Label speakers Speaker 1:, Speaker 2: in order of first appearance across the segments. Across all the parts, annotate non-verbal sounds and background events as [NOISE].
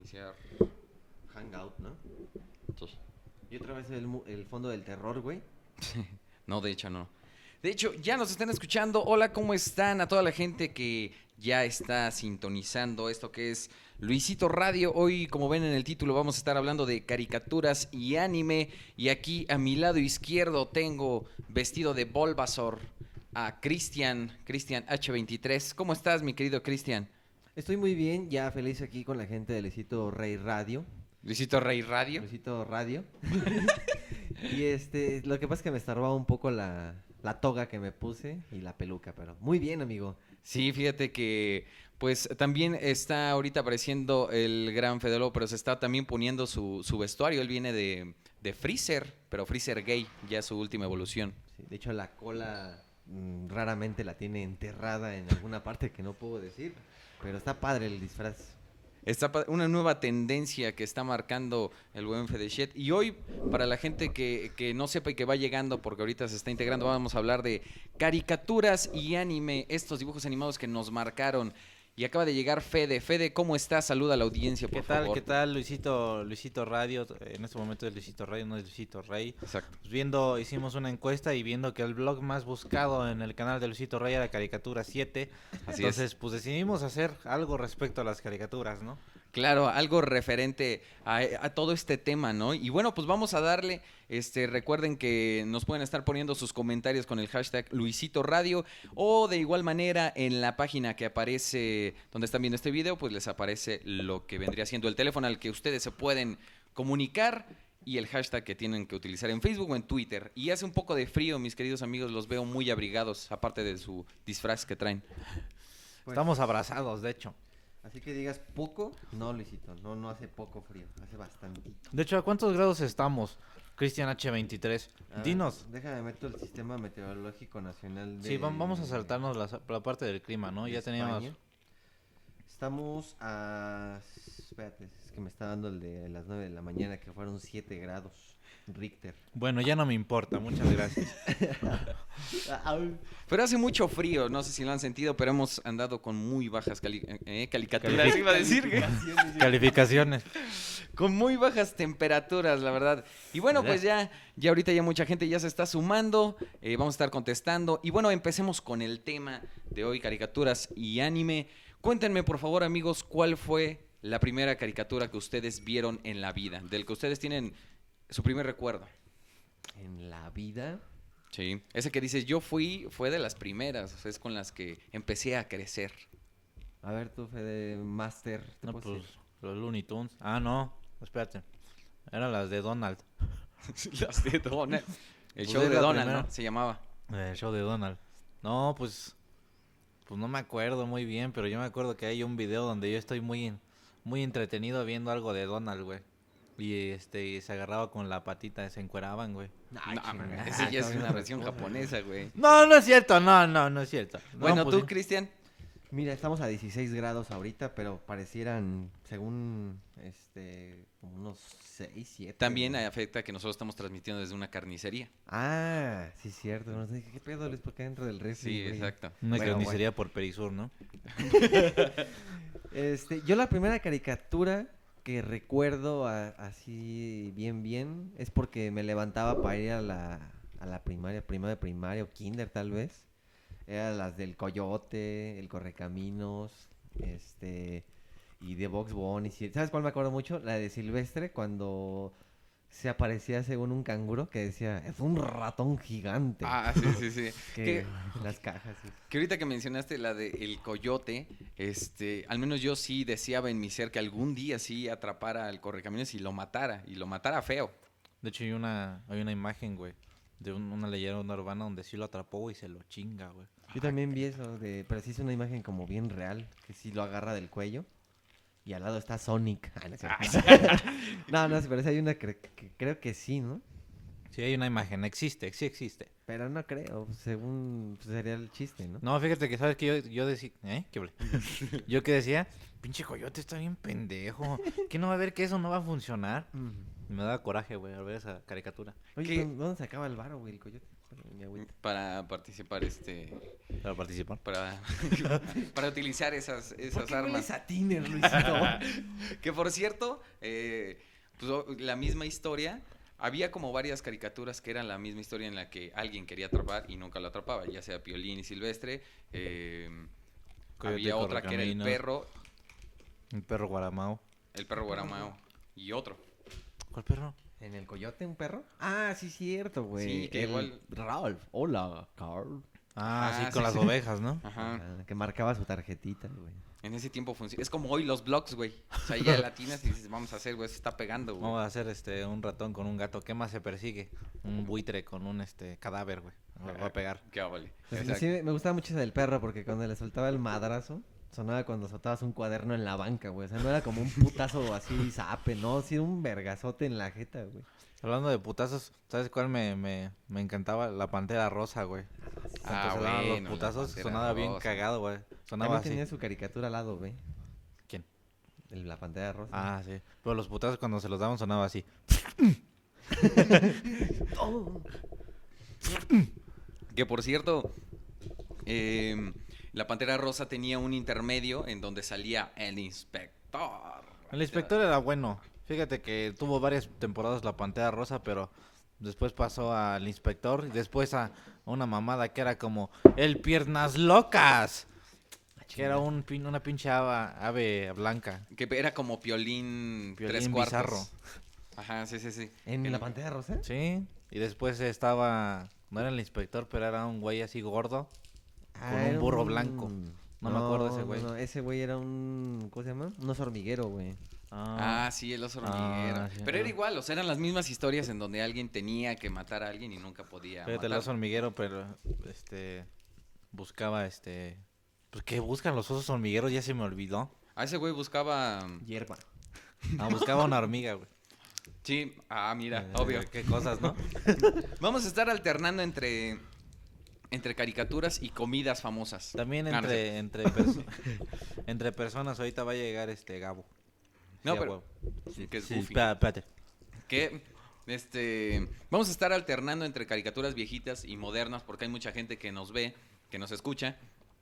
Speaker 1: iniciar
Speaker 2: Hangout, ¿no?
Speaker 1: estos.
Speaker 2: Y otra vez el, mu- el fondo del terror, güey.
Speaker 1: No, de hecho no. De hecho, ya nos están escuchando. Hola, ¿cómo están? A toda la gente que ya está sintonizando esto que es Luisito Radio. Hoy, como ven en el título, vamos a estar hablando de caricaturas y anime. Y aquí a mi lado izquierdo tengo vestido de Bulbasaur a Cristian, Cristian H23. ¿Cómo estás, mi querido Cristian?
Speaker 2: Estoy muy bien, ya feliz aquí con la gente de Lecito Rey Radio.
Speaker 1: Luisito Rey Radio.
Speaker 2: Luisito Radio. [LAUGHS] y este, lo que pasa es que me estorbaba un poco la, la toga que me puse y la peluca, pero muy bien, amigo.
Speaker 1: Sí, fíjate que pues también está ahorita apareciendo el gran Fede Lobo, pero se está también poniendo su, su vestuario. Él viene de, de Freezer, pero Freezer gay, ya su última evolución.
Speaker 2: Sí, de hecho, la cola mm, raramente la tiene enterrada en alguna parte que no puedo decir, pero está padre el disfraz.
Speaker 1: Está pa- una nueva tendencia que está marcando el buen Fedechet. Y hoy, para la gente que, que no sepa y que va llegando, porque ahorita se está integrando, vamos a hablar de caricaturas y anime, estos dibujos animados que nos marcaron. Y acaba de llegar Fede. Fede, ¿cómo estás? Saluda a la audiencia, por
Speaker 3: ¿Qué tal?
Speaker 1: favor.
Speaker 3: ¿Qué tal, Luisito, Luisito Radio? En este momento es Luisito Radio, no es Luisito Rey.
Speaker 1: Exacto.
Speaker 3: Pues viendo, hicimos una encuesta y viendo que el blog más buscado en el canal de Luisito Rey era Caricatura 7.
Speaker 1: Así es.
Speaker 3: Entonces, pues decidimos hacer algo respecto a las caricaturas, ¿no?
Speaker 1: Claro, algo referente a, a todo este tema, ¿no? Y bueno, pues vamos a darle, este, recuerden que nos pueden estar poniendo sus comentarios con el hashtag Luisito Radio o de igual manera en la página que aparece, donde están viendo este video, pues les aparece lo que vendría siendo el teléfono al que ustedes se pueden comunicar y el hashtag que tienen que utilizar en Facebook o en Twitter. Y hace un poco de frío, mis queridos amigos, los veo muy abrigados, aparte de su disfraz que traen.
Speaker 2: Pues,
Speaker 3: Estamos abrazados, de hecho.
Speaker 2: Así que digas poco, no, Luisito, no, no hace poco frío, hace bastantito.
Speaker 3: De hecho, ¿a cuántos grados estamos? Cristian H23.
Speaker 2: A ver,
Speaker 3: Dinos.
Speaker 2: Déjame meto el Sistema Meteorológico Nacional de...
Speaker 3: Sí, vam- vamos a saltarnos la, sa- la parte del clima, ¿no?
Speaker 2: de
Speaker 3: Ya teníamos...
Speaker 2: España. Estamos a... Espérate, es que me está dando el de las 9 de la mañana, que fueron 7 grados. Richter.
Speaker 3: Bueno, ya no me importa, muchas gracias.
Speaker 2: [LAUGHS]
Speaker 3: Ah,
Speaker 1: Pero hace mucho frío, no sé si lo han sentido, pero hemos andado con muy bajas cali- eh, calificaturas.
Speaker 3: Calific-
Speaker 1: iba a decir, güey.
Speaker 3: Calificaciones.
Speaker 1: [LAUGHS] con muy bajas temperaturas, la verdad. Y bueno, pues ya, ya ahorita ya mucha gente ya se está sumando, eh, vamos a estar contestando. Y bueno, empecemos con el tema de hoy, caricaturas y anime. Cuéntenme, por favor, amigos, cuál fue la primera caricatura que ustedes vieron en la vida, del que ustedes tienen su primer recuerdo.
Speaker 2: En la vida...
Speaker 1: Sí. Ese que dices, yo fui, fue de las primeras, o sea, es con las que empecé a crecer.
Speaker 2: A ver, tú, Fede Master. ¿te
Speaker 3: No,
Speaker 2: puedo
Speaker 3: pues
Speaker 2: decir?
Speaker 3: los Looney Tunes. Ah, no, espérate. Eran las de Donald.
Speaker 1: Las [LAUGHS] de Donald. El
Speaker 3: Pues
Speaker 1: show
Speaker 3: es
Speaker 1: de
Speaker 3: la
Speaker 1: Donald,
Speaker 3: primera.
Speaker 1: ¿no? Se llamaba.
Speaker 3: El show de Donald. No, pues. Pues no me acuerdo muy bien, pero yo me acuerdo que hay un video donde yo estoy muy, en- muy entretenido viendo algo de Donald, güey. Y este, y se agarraba con la patita, se encueraban, güey.
Speaker 1: no,
Speaker 2: chingada,
Speaker 1: mames, esa ya es
Speaker 2: cabrón.
Speaker 1: una
Speaker 2: [LAUGHS]
Speaker 1: versión japonesa, güey.
Speaker 3: Ah, No, no es cierto, no, no, no es cierto. No,
Speaker 1: Bueno,
Speaker 3: pues,
Speaker 1: tú,
Speaker 3: sí.
Speaker 1: Cristian.
Speaker 2: Mira, estamos a 16 grados ahorita, pero parecieran, según, este, como unos 6, 7.
Speaker 1: También afecta que nosotros estamos transmitiendo desde una carnicería.
Speaker 2: Ah, sí, cierto. No sé, ¿Qué pedo les porque dentro del refri?
Speaker 1: Sí,
Speaker 2: güey?
Speaker 1: exacto.
Speaker 3: Una
Speaker 2: Bueno,
Speaker 3: carnicería por Perisur, ¿no?
Speaker 2: Este, yo la primera caricatura que recuerdo a- así bien bien es porque me levantaba para ir a la, a la primaria, prima de primaria o kinder tal vez. Eran las del Coyote, el Correcaminos, este y de Box Bunny. sí. ¿Sabes cuál me acuerdo mucho? La de Silvestre cuando se aparecía según un canguro que decía, "Es un ratón gigante."
Speaker 1: Ah, sí, sí, sí.
Speaker 3: [LAUGHS]
Speaker 2: que
Speaker 1: Que,
Speaker 2: las cajas. sí.
Speaker 1: que ahorita que mencionaste la de El Coyote, este, al menos yo sí deseaba en mi ser que algún día sí atrapara al Correcaminos y lo matara, y lo matara feo.
Speaker 3: De hecho, hay una, hay una imagen, güey, de un- una leyenda urbana donde sí lo atrapó y se lo chinga, güey.
Speaker 2: Yo también vi eso, de, pero sí es una imagen como bien real, que sí lo agarra del cuello. Y al lado está Sonic. [LAUGHS] Ah, no, es cierto. [LAUGHS] no, no, pero sí hay una cre- que creo que sí, ¿no?
Speaker 3: Sí, hay una imagen, existe, sí existe.
Speaker 2: Pero no creo, según pues, sería el chiste, ¿no?
Speaker 3: No, fíjate que sabes que yo, yo decía, ¿eh? ¿Qué hablé? [LAUGHS] yo que decía, pinche coyote está bien pendejo. Que no va a ver que eso no va a funcionar.
Speaker 2: Mm.
Speaker 3: Y me daba coraje, güey, al ver esa caricatura.
Speaker 2: Oye,
Speaker 1: ¿Qué?
Speaker 2: ¿dó- ¿dónde se acaba el varo, güey, el coyote? mi agüita.
Speaker 1: para participar este
Speaker 3: Para participar.
Speaker 1: para, [LAUGHS] para utilizar esas,
Speaker 2: ¿Por
Speaker 1: esas
Speaker 2: qué
Speaker 1: armas.
Speaker 2: hueles a Tiner,
Speaker 1: [LAUGHS]
Speaker 2: Luisito?
Speaker 1: Que por cierto, eh, pues, o- la misma historia. Había como varias caricaturas que eran la misma historia en la que alguien quería atrapar y nunca lo atrapaba, ya sea Piolín y Silvestre. eh,
Speaker 3: Coyote
Speaker 1: había otra que era el
Speaker 3: Correcaminos.
Speaker 1: perro,
Speaker 3: Un perro guaramao.
Speaker 1: el perro guaramao y otro.
Speaker 3: ¿Cuál perro?
Speaker 2: ¿En el coyote un perro? Ah, sí, cierto, güey.
Speaker 1: Sí, que
Speaker 2: El
Speaker 1: igual-
Speaker 2: Ralph, hola, Carl.
Speaker 3: Ah,
Speaker 1: Ah,
Speaker 3: sí,
Speaker 1: sí,
Speaker 3: con las
Speaker 1: sí. [LAUGHS]
Speaker 3: ovejas, ¿no?
Speaker 1: Ajá.
Speaker 2: Ah, que marcaba su tarjetita, güey.
Speaker 1: En ese tiempo funciona. Es como hoy los blogs, güey. O sea, ya latinas y dices, vamos a hacer, güey, se está pegando, güey.
Speaker 3: Vamos a hacer este un ratón con un gato. ¿Qué más se persigue? Un buitre con un este cadáver, güey. Me va a pegar.
Speaker 1: Qué vale.
Speaker 2: Pues, inclusive, me gustaba mucho esa del perro porque cuando le soltaba el madrazo, sonaba cuando soltabas un cuaderno en la banca, güey. O sea, no era como un putazo
Speaker 3: [LAUGHS]
Speaker 2: así, zape, no, sí, un vergazote en la jeta, güey.
Speaker 3: Hablando de putazos, ¿sabes cuál me, me, me encantaba? La pantera rosa, güey.
Speaker 1: Ah,
Speaker 3: Cuando se daban
Speaker 1: bueno, la
Speaker 3: los putazos
Speaker 1: Pantera
Speaker 3: sonaba bien
Speaker 1: Rosa.
Speaker 3: cagado, güey. Sonaba
Speaker 2: También
Speaker 3: así.
Speaker 2: tenía su caricatura al lado, güey.
Speaker 3: ¿Quién?
Speaker 2: El- La pantalla rosa.
Speaker 3: Ah, sí. Pero los putazos cuando se los daban sonaba así.
Speaker 2: Oh.
Speaker 1: Que por cierto, eh, la Pantera Rosa tenía un intermedio en donde salía el inspector.
Speaker 3: El inspector era bueno. Fíjate que tuvo varias temporadas la Pantera Rosa, pero después pasó al inspector y después a una mamada que era como el Piernas Locas.
Speaker 2: Ah,
Speaker 3: Que era un, pin- una pinche ava- ave blanca.
Speaker 1: Que era como piolín,
Speaker 3: Piolín
Speaker 1: tres cuartos.
Speaker 3: bizarro.
Speaker 1: Ajá, sí, sí, sí.
Speaker 2: ¿En
Speaker 1: Que-
Speaker 2: la pantalla rosa?
Speaker 3: Sí. Y después estaba... No era el inspector, pero era un güey así gordo.
Speaker 2: Ah,
Speaker 3: Con un
Speaker 2: era
Speaker 3: burro blanco. No me acuerdo de ese
Speaker 2: no,
Speaker 3: güey.
Speaker 2: no, ese güey era un. ¿Cómo se llama? Un oso hormiguero, güey.
Speaker 1: Ah, sí, el oso hormiguero.
Speaker 3: Ah, sí.
Speaker 1: Pero era igual, o sea, eran las mismas historias en donde alguien tenía que matar a alguien y nunca podía
Speaker 3: Fíjate, el
Speaker 1: matar.
Speaker 3: oso hormiguero, pero este buscaba este. Pues qué buscan los osos hormigueros, ya se me olvidó.
Speaker 1: A ese güey buscaba...
Speaker 2: Hierba.
Speaker 3: Ah, buscaba una hormiga, güey.
Speaker 1: Sí, ah, mira, obvio.
Speaker 3: Eh, Qué cosas, ¿no?
Speaker 1: [LAUGHS] Vamos a estar alternando entre... Entre caricaturas y comidas famosas.
Speaker 3: También
Speaker 1: Ah, no es
Speaker 3: entre entre, perso- [LAUGHS] entre personas ahorita va a llegar este Gabo.
Speaker 1: No,
Speaker 3: a
Speaker 1: pero-
Speaker 3: huevo.
Speaker 1: Sí, que es
Speaker 3: Sí,
Speaker 1: Goofy.
Speaker 3: espera- espérate.
Speaker 1: que este vamos a estar alternando entre caricaturas viejitas y modernas porque hay mucha gente que nos ve, que nos escucha.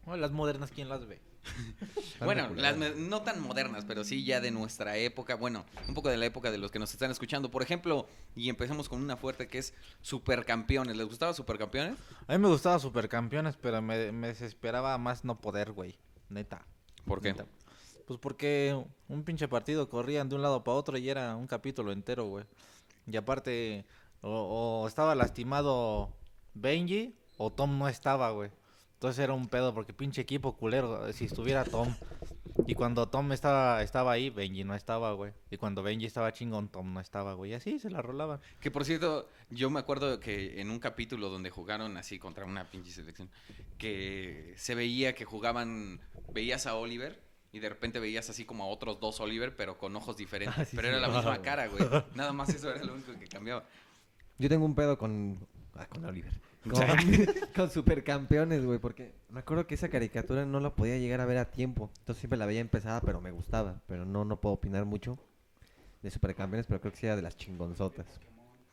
Speaker 3: Oh, las modernas, ¿quién las ve?
Speaker 1: bueno,
Speaker 2: regular.
Speaker 1: las me- no tan modernas, pero sí ya de nuestra época, bueno, un poco de la época de los que nos están escuchando. Por ejemplo, y empezamos con una fuerte que es Supercampeones. ¿Les gustaba Supercampeones?
Speaker 3: A mí me gustaba Supercampeones, pero me, me desesperaba más no poder, güey. Neta.
Speaker 1: ¿Por qué?
Speaker 3: Neta. Pues porque un pinche partido corrían de un lado para otro y era un capítulo entero, güey. Y aparte, o, o estaba lastimado Benji o Tom no estaba, güey. Entonces era un pedo porque pinche equipo culero eh, si estuviera Tom. Y cuando Tom estaba, estaba ahí, Benji no estaba, güey. Y cuando Benji estaba chingón, Tom no estaba, güey. Y así se la rolaban.
Speaker 1: Que por cierto, yo me acuerdo que en un capítulo donde jugaron así contra una pinche selección, que se veía que jugaban, veías a Oliver y de repente veías así como a otros dos Oliver, pero con ojos diferentes.
Speaker 2: [LAUGHS] Ah, sí,
Speaker 1: pero
Speaker 2: sí.
Speaker 1: era la
Speaker 2: Ah,
Speaker 1: misma
Speaker 2: güey.
Speaker 1: cara, güey. Nada más eso era lo único que cambiaba.
Speaker 2: Yo tengo un pedo con. Ah, con
Speaker 3: [LAUGHS]
Speaker 2: Oliver. Con, [LAUGHS] con supercampeones, güey. Porque me acuerdo que esa caricatura no la podía llegar a ver a tiempo. Entonces siempre la veía empezada, pero me gustaba. Pero no, no puedo opinar mucho de supercampeones, pero creo que sí era de las chingonzotas.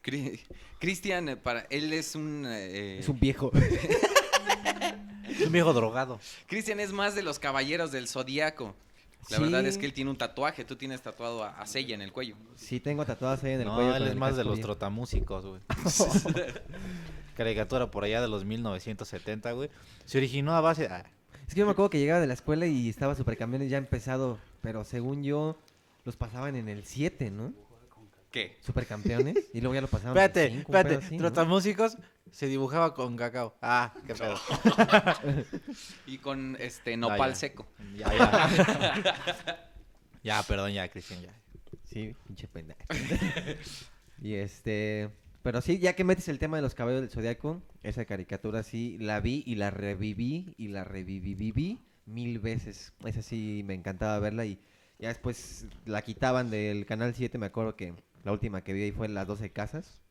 Speaker 1: Cri- Cristian, eh, para él es un... eh,
Speaker 2: Es un viejo.
Speaker 3: Es un viejo drogado.
Speaker 1: Cristian es más de los caballeros del Zodíaco. La
Speaker 2: Sí.
Speaker 1: verdad es que él tiene un tatuaje, tú tienes tatuado a, a Seiya en el cuello.
Speaker 2: [LAUGHS] Sí, tengo tatuadas ahí en el
Speaker 3: no,
Speaker 2: cuello.
Speaker 3: él
Speaker 2: con
Speaker 3: es
Speaker 2: el
Speaker 3: más
Speaker 2: casco
Speaker 3: de los
Speaker 2: viejo. [LAUGHS]
Speaker 3: trotamúsicos, güey. Caricatura por allá de los 1970, güey. Se originó a base... ah,
Speaker 2: Es que yo me acuerdo que llegaba de la escuela y estaba supercampeones ya empezado. Pero según yo, los pasaban en el 7, ¿no?
Speaker 1: ¿Qué?
Speaker 2: Supercampeones. Y luego ya lo pasaban en el
Speaker 3: Espérate,
Speaker 2: cinco, un pedo
Speaker 3: espérate.
Speaker 2: así, ¿no?
Speaker 3: Trotamúsicos se dibujaba con cacao. Ah, qué pedo.
Speaker 1: Y con este
Speaker 3: No,
Speaker 1: nopal
Speaker 3: ya.
Speaker 1: seco.
Speaker 3: [LAUGHS] Ya, ya. ya, [LAUGHS] perdón, ya, Cristian, ya.
Speaker 2: Sí, pinche pendejo. [LAUGHS] y este. Pero sí, ya que metes el tema de los cabellos del zodiaco, esa caricatura sí la vi y la reviví y la reviví mil veces. Esa sí me encantaba verla y ya después la quitaban del canal 7. Me acuerdo que la última que vi ahí fue Las 12 Casas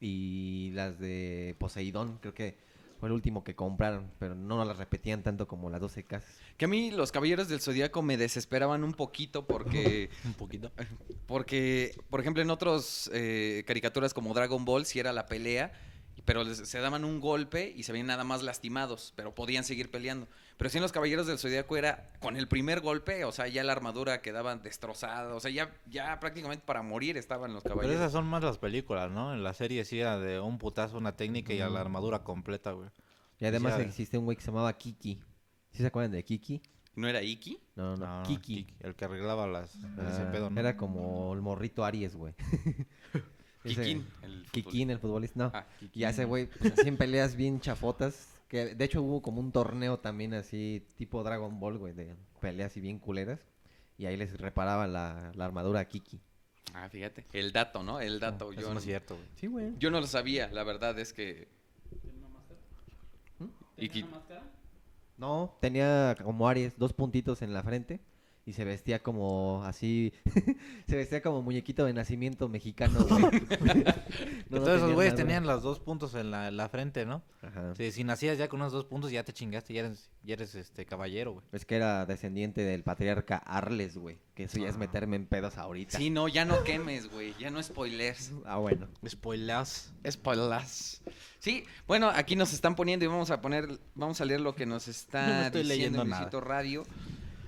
Speaker 2: y las de Poseidón, creo que fue el último que compraron, pero no las repetían tanto como Las 12 Casas.
Speaker 1: Que a mí los caballeros del zodiaco me desesperaban un poquito porque,
Speaker 3: [LAUGHS] Un poquito.
Speaker 1: porque por ejemplo, en otros eh, caricaturas como Dragon Ball, si era la pelea pero les- se daban un golpe y se veían nada más lastimados, pero podían seguir peleando. Pero si en los Caballeros del Zodíaco era con el primer golpe, o sea, ya la armadura quedaba destrozada, o sea, ya, ya prácticamente para morir estaban los
Speaker 3: Pero esas
Speaker 1: caballeros.
Speaker 3: son más las películas, ¿no? En la serie sí era de un putazo, una técnica y a la armadura completa, güey.
Speaker 2: Y además
Speaker 3: Sí, a-
Speaker 2: existe un güey que se llamaba Kiki. ¿Sí se acuerdan de Kiki?
Speaker 1: ¿No era Iki?
Speaker 2: No, no,
Speaker 3: No, no,
Speaker 2: Kiki.
Speaker 3: El que arreglaba las... ese
Speaker 2: Ah,
Speaker 3: pedo, ¿no?
Speaker 2: Era como el morrito Aries, güey. Ese-
Speaker 1: Kikín, el
Speaker 2: Kikín, el futbolista. No.
Speaker 1: Ah,
Speaker 2: y hace, güey, pues, así en peleas bien chafotas. Que de hecho hubo como un torneo también así, tipo Dragon Ball, güey, de peleas y bien culeras. Y ahí les reparaba la, la armadura a Kiki.
Speaker 1: Ah, fíjate. El dato, ¿no? El dato.
Speaker 3: Eso
Speaker 1: yo,
Speaker 3: no es cierto, güey.
Speaker 2: Sí, güey.
Speaker 1: yo no lo sabía, la verdad es que... ¿Mm?
Speaker 4: ¿Tenía
Speaker 1: Iki-
Speaker 4: una máscara?
Speaker 2: No, tenía como Aries, dos puntitos en la frente. Y se vestía como así. [LAUGHS] se vestía como muñequito de nacimiento mexicano,
Speaker 3: [LAUGHS]
Speaker 2: güey. [LAUGHS] No, no
Speaker 3: Todos esos
Speaker 2: tenía
Speaker 3: güeyes
Speaker 2: armadura.
Speaker 3: tenían los dos puntos en la, la frente, ¿no?
Speaker 2: Ajá.
Speaker 3: Sí, si nacías ya con unos dos puntos, ya te chingaste, ya eres, ya eres este caballero, güey.
Speaker 2: Es que era descendiente del patriarca Arles, güey. Que eso ya es
Speaker 3: Ah.
Speaker 2: meterme en pedos ahorita.
Speaker 1: Sí, no, ya no quemes, güey. Ya no spoilers.
Speaker 2: Ah, bueno.
Speaker 3: Spoilers.
Speaker 1: Spoilers. Sí, bueno, aquí nos están poniendo y vamos a poner, vamos a leer lo que nos está
Speaker 3: [LAUGHS] No estoy
Speaker 1: diciendo
Speaker 3: leyendo nada.
Speaker 1: Luisito Radio.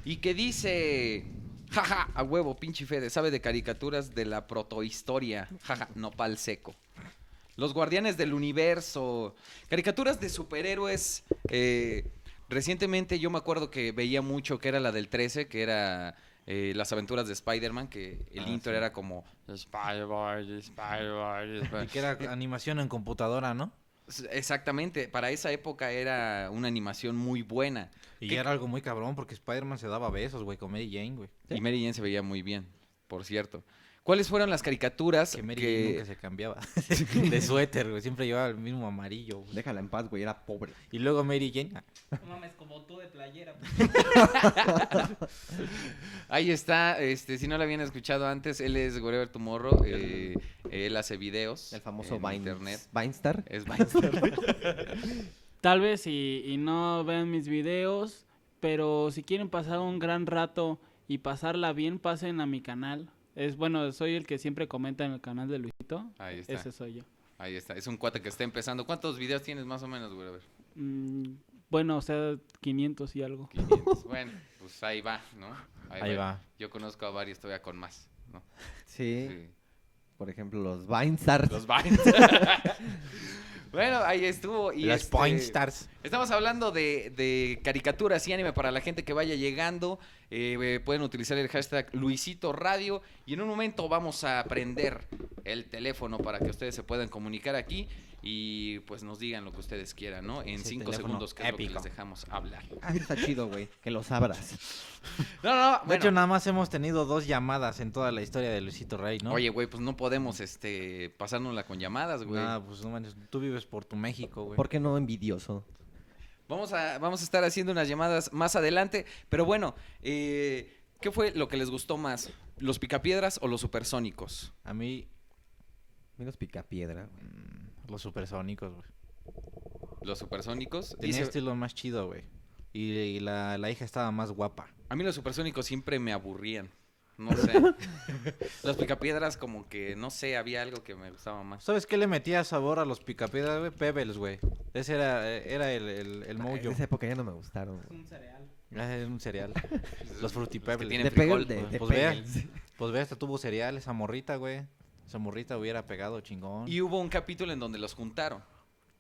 Speaker 1: Y que dice, jaja, a huevo, pinche Fede, sabe de caricaturas de la protohistoria. Jaja, nopal seco. Los Guardianes del Universo. Caricaturas de superhéroes. eh, recientemente yo me acuerdo que veía mucho que era la del 13, que era eh, Las aventuras de Spider-Man, que el
Speaker 3: Ah,
Speaker 1: intro
Speaker 3: sí.
Speaker 1: era como... Spider-Man, Spider-Man,
Speaker 3: [LAUGHS]
Speaker 1: Spider-Man".
Speaker 3: Y que era animación en computadora, ¿no?
Speaker 1: S- Exactamente, para esa época era una animación muy buena.
Speaker 3: Y
Speaker 1: ¿Qué?
Speaker 3: era algo muy cabrón porque Spider-Man se daba besos, güey, con Mary Jane, güey.
Speaker 1: Y Mary Jane se veía muy bien, por cierto. ¿Cuáles fueron las caricaturas
Speaker 3: Que Mary Jane nunca
Speaker 1: que...
Speaker 3: se cambiaba [LAUGHS] de suéter, güey. Siempre llevaba el mismo amarillo, güey.
Speaker 2: Déjala en paz, güey. Era pobre.
Speaker 3: Y luego Mary Jane. ah,
Speaker 4: No mames, como tú de playera.
Speaker 1: Ahí está, este, si no la habían escuchado antes, él es Wherever Tomorrow, eh, él hace videos.
Speaker 2: El famoso
Speaker 1: en
Speaker 2: Vine.
Speaker 1: internet.
Speaker 2: Vinestar.
Speaker 3: Eh, [LAUGHS]
Speaker 1: Es Vine.
Speaker 4: Tal vez y, y no vean mis videos, pero si quieren pasar un gran rato y pasarla bien, pasen a mi canal. Es bueno, soy el que siempre comenta en el canal de Luisito.
Speaker 1: Ahí está,
Speaker 4: Ese soy yo.
Speaker 1: ahí está. Es un cuate que está empezando. ¿Cuántos videos tienes más o menos,
Speaker 3: [LAUGHS]
Speaker 1: Wherever?
Speaker 4: Mm, bueno, o sea, 500 y algo.
Speaker 1: 500. bueno, pues ahí va, ¿no?
Speaker 3: Ahí va.
Speaker 1: Yo conozco a varios todavía con más, ¿no?
Speaker 2: Sí.
Speaker 1: Sí.
Speaker 2: Por ejemplo, los Vinestar.
Speaker 1: Los
Speaker 3: [LAUGHS]
Speaker 1: Vines. [LAUGHS] bueno, ahí estuvo. Y
Speaker 3: Las
Speaker 1: este,
Speaker 3: Point Stars.
Speaker 1: Estamos hablando de, de caricaturas y anime para la gente que vaya llegando. Eh, eh, pueden utilizar el hashtag Luisito Radio. Y en un momento vamos a prender el teléfono para que ustedes se puedan comunicar aquí y pues nos digan lo que ustedes quieran, ¿no? En
Speaker 3: Ese
Speaker 1: cinco
Speaker 3: teléfono
Speaker 1: segundos que es lo que
Speaker 3: épico.
Speaker 1: les dejamos hablar.
Speaker 2: Ah, está chido, güey. Que los abras.
Speaker 1: No, no,
Speaker 3: De
Speaker 1: bueno.
Speaker 3: hecho, nada más hemos tenido dos llamadas en toda la historia de Luisito Rey, ¿no?
Speaker 1: Oye, güey, pues no podemos este pasárnosla con llamadas, güey.
Speaker 3: Nah, pues no manches, tú vives por tu México, güey.
Speaker 2: ¿Por qué no envidioso?
Speaker 1: Vamos a, vamos a estar haciendo unas llamadas más adelante, pero bueno, eh, ¿qué fue lo que les gustó más? ¿Los picapiedras o los supersónicos?
Speaker 3: A mí,
Speaker 2: Menos picapiedra, güey.
Speaker 3: mm, los supersónicos, güey.
Speaker 1: Los supersónicos.
Speaker 3: Tenía este-
Speaker 1: dice-
Speaker 3: estilo más chido, güey. Y, y la, la hija estaba más guapa.
Speaker 1: a mí los supersónicos siempre me aburrían. No
Speaker 3: [LAUGHS]
Speaker 1: sé. los picapiedras como que, no sé, había algo que me gustaba más.
Speaker 3: ¿Sabes qué le metía sabor a los picapiedras, güey? Pebbles, güey. Ese era, eh, era el, el,
Speaker 2: Ah,
Speaker 3: el
Speaker 2: En
Speaker 3: mojo.
Speaker 2: esa época ya no me gustaron.
Speaker 4: Es
Speaker 2: güey.
Speaker 4: un cereal.
Speaker 3: Ah, Es un cereal. Los
Speaker 1: que
Speaker 3: frutipebbles.
Speaker 1: tienen
Speaker 2: De
Speaker 1: frijol,
Speaker 2: Pebbles, de, de
Speaker 3: güey. Pues vea.
Speaker 2: Pebbles.
Speaker 3: Pues ve, hasta tuvo cereal esa morrita, güey. Esa morrita hubiera pegado chingón.
Speaker 1: Y hubo un capítulo en donde los juntaron,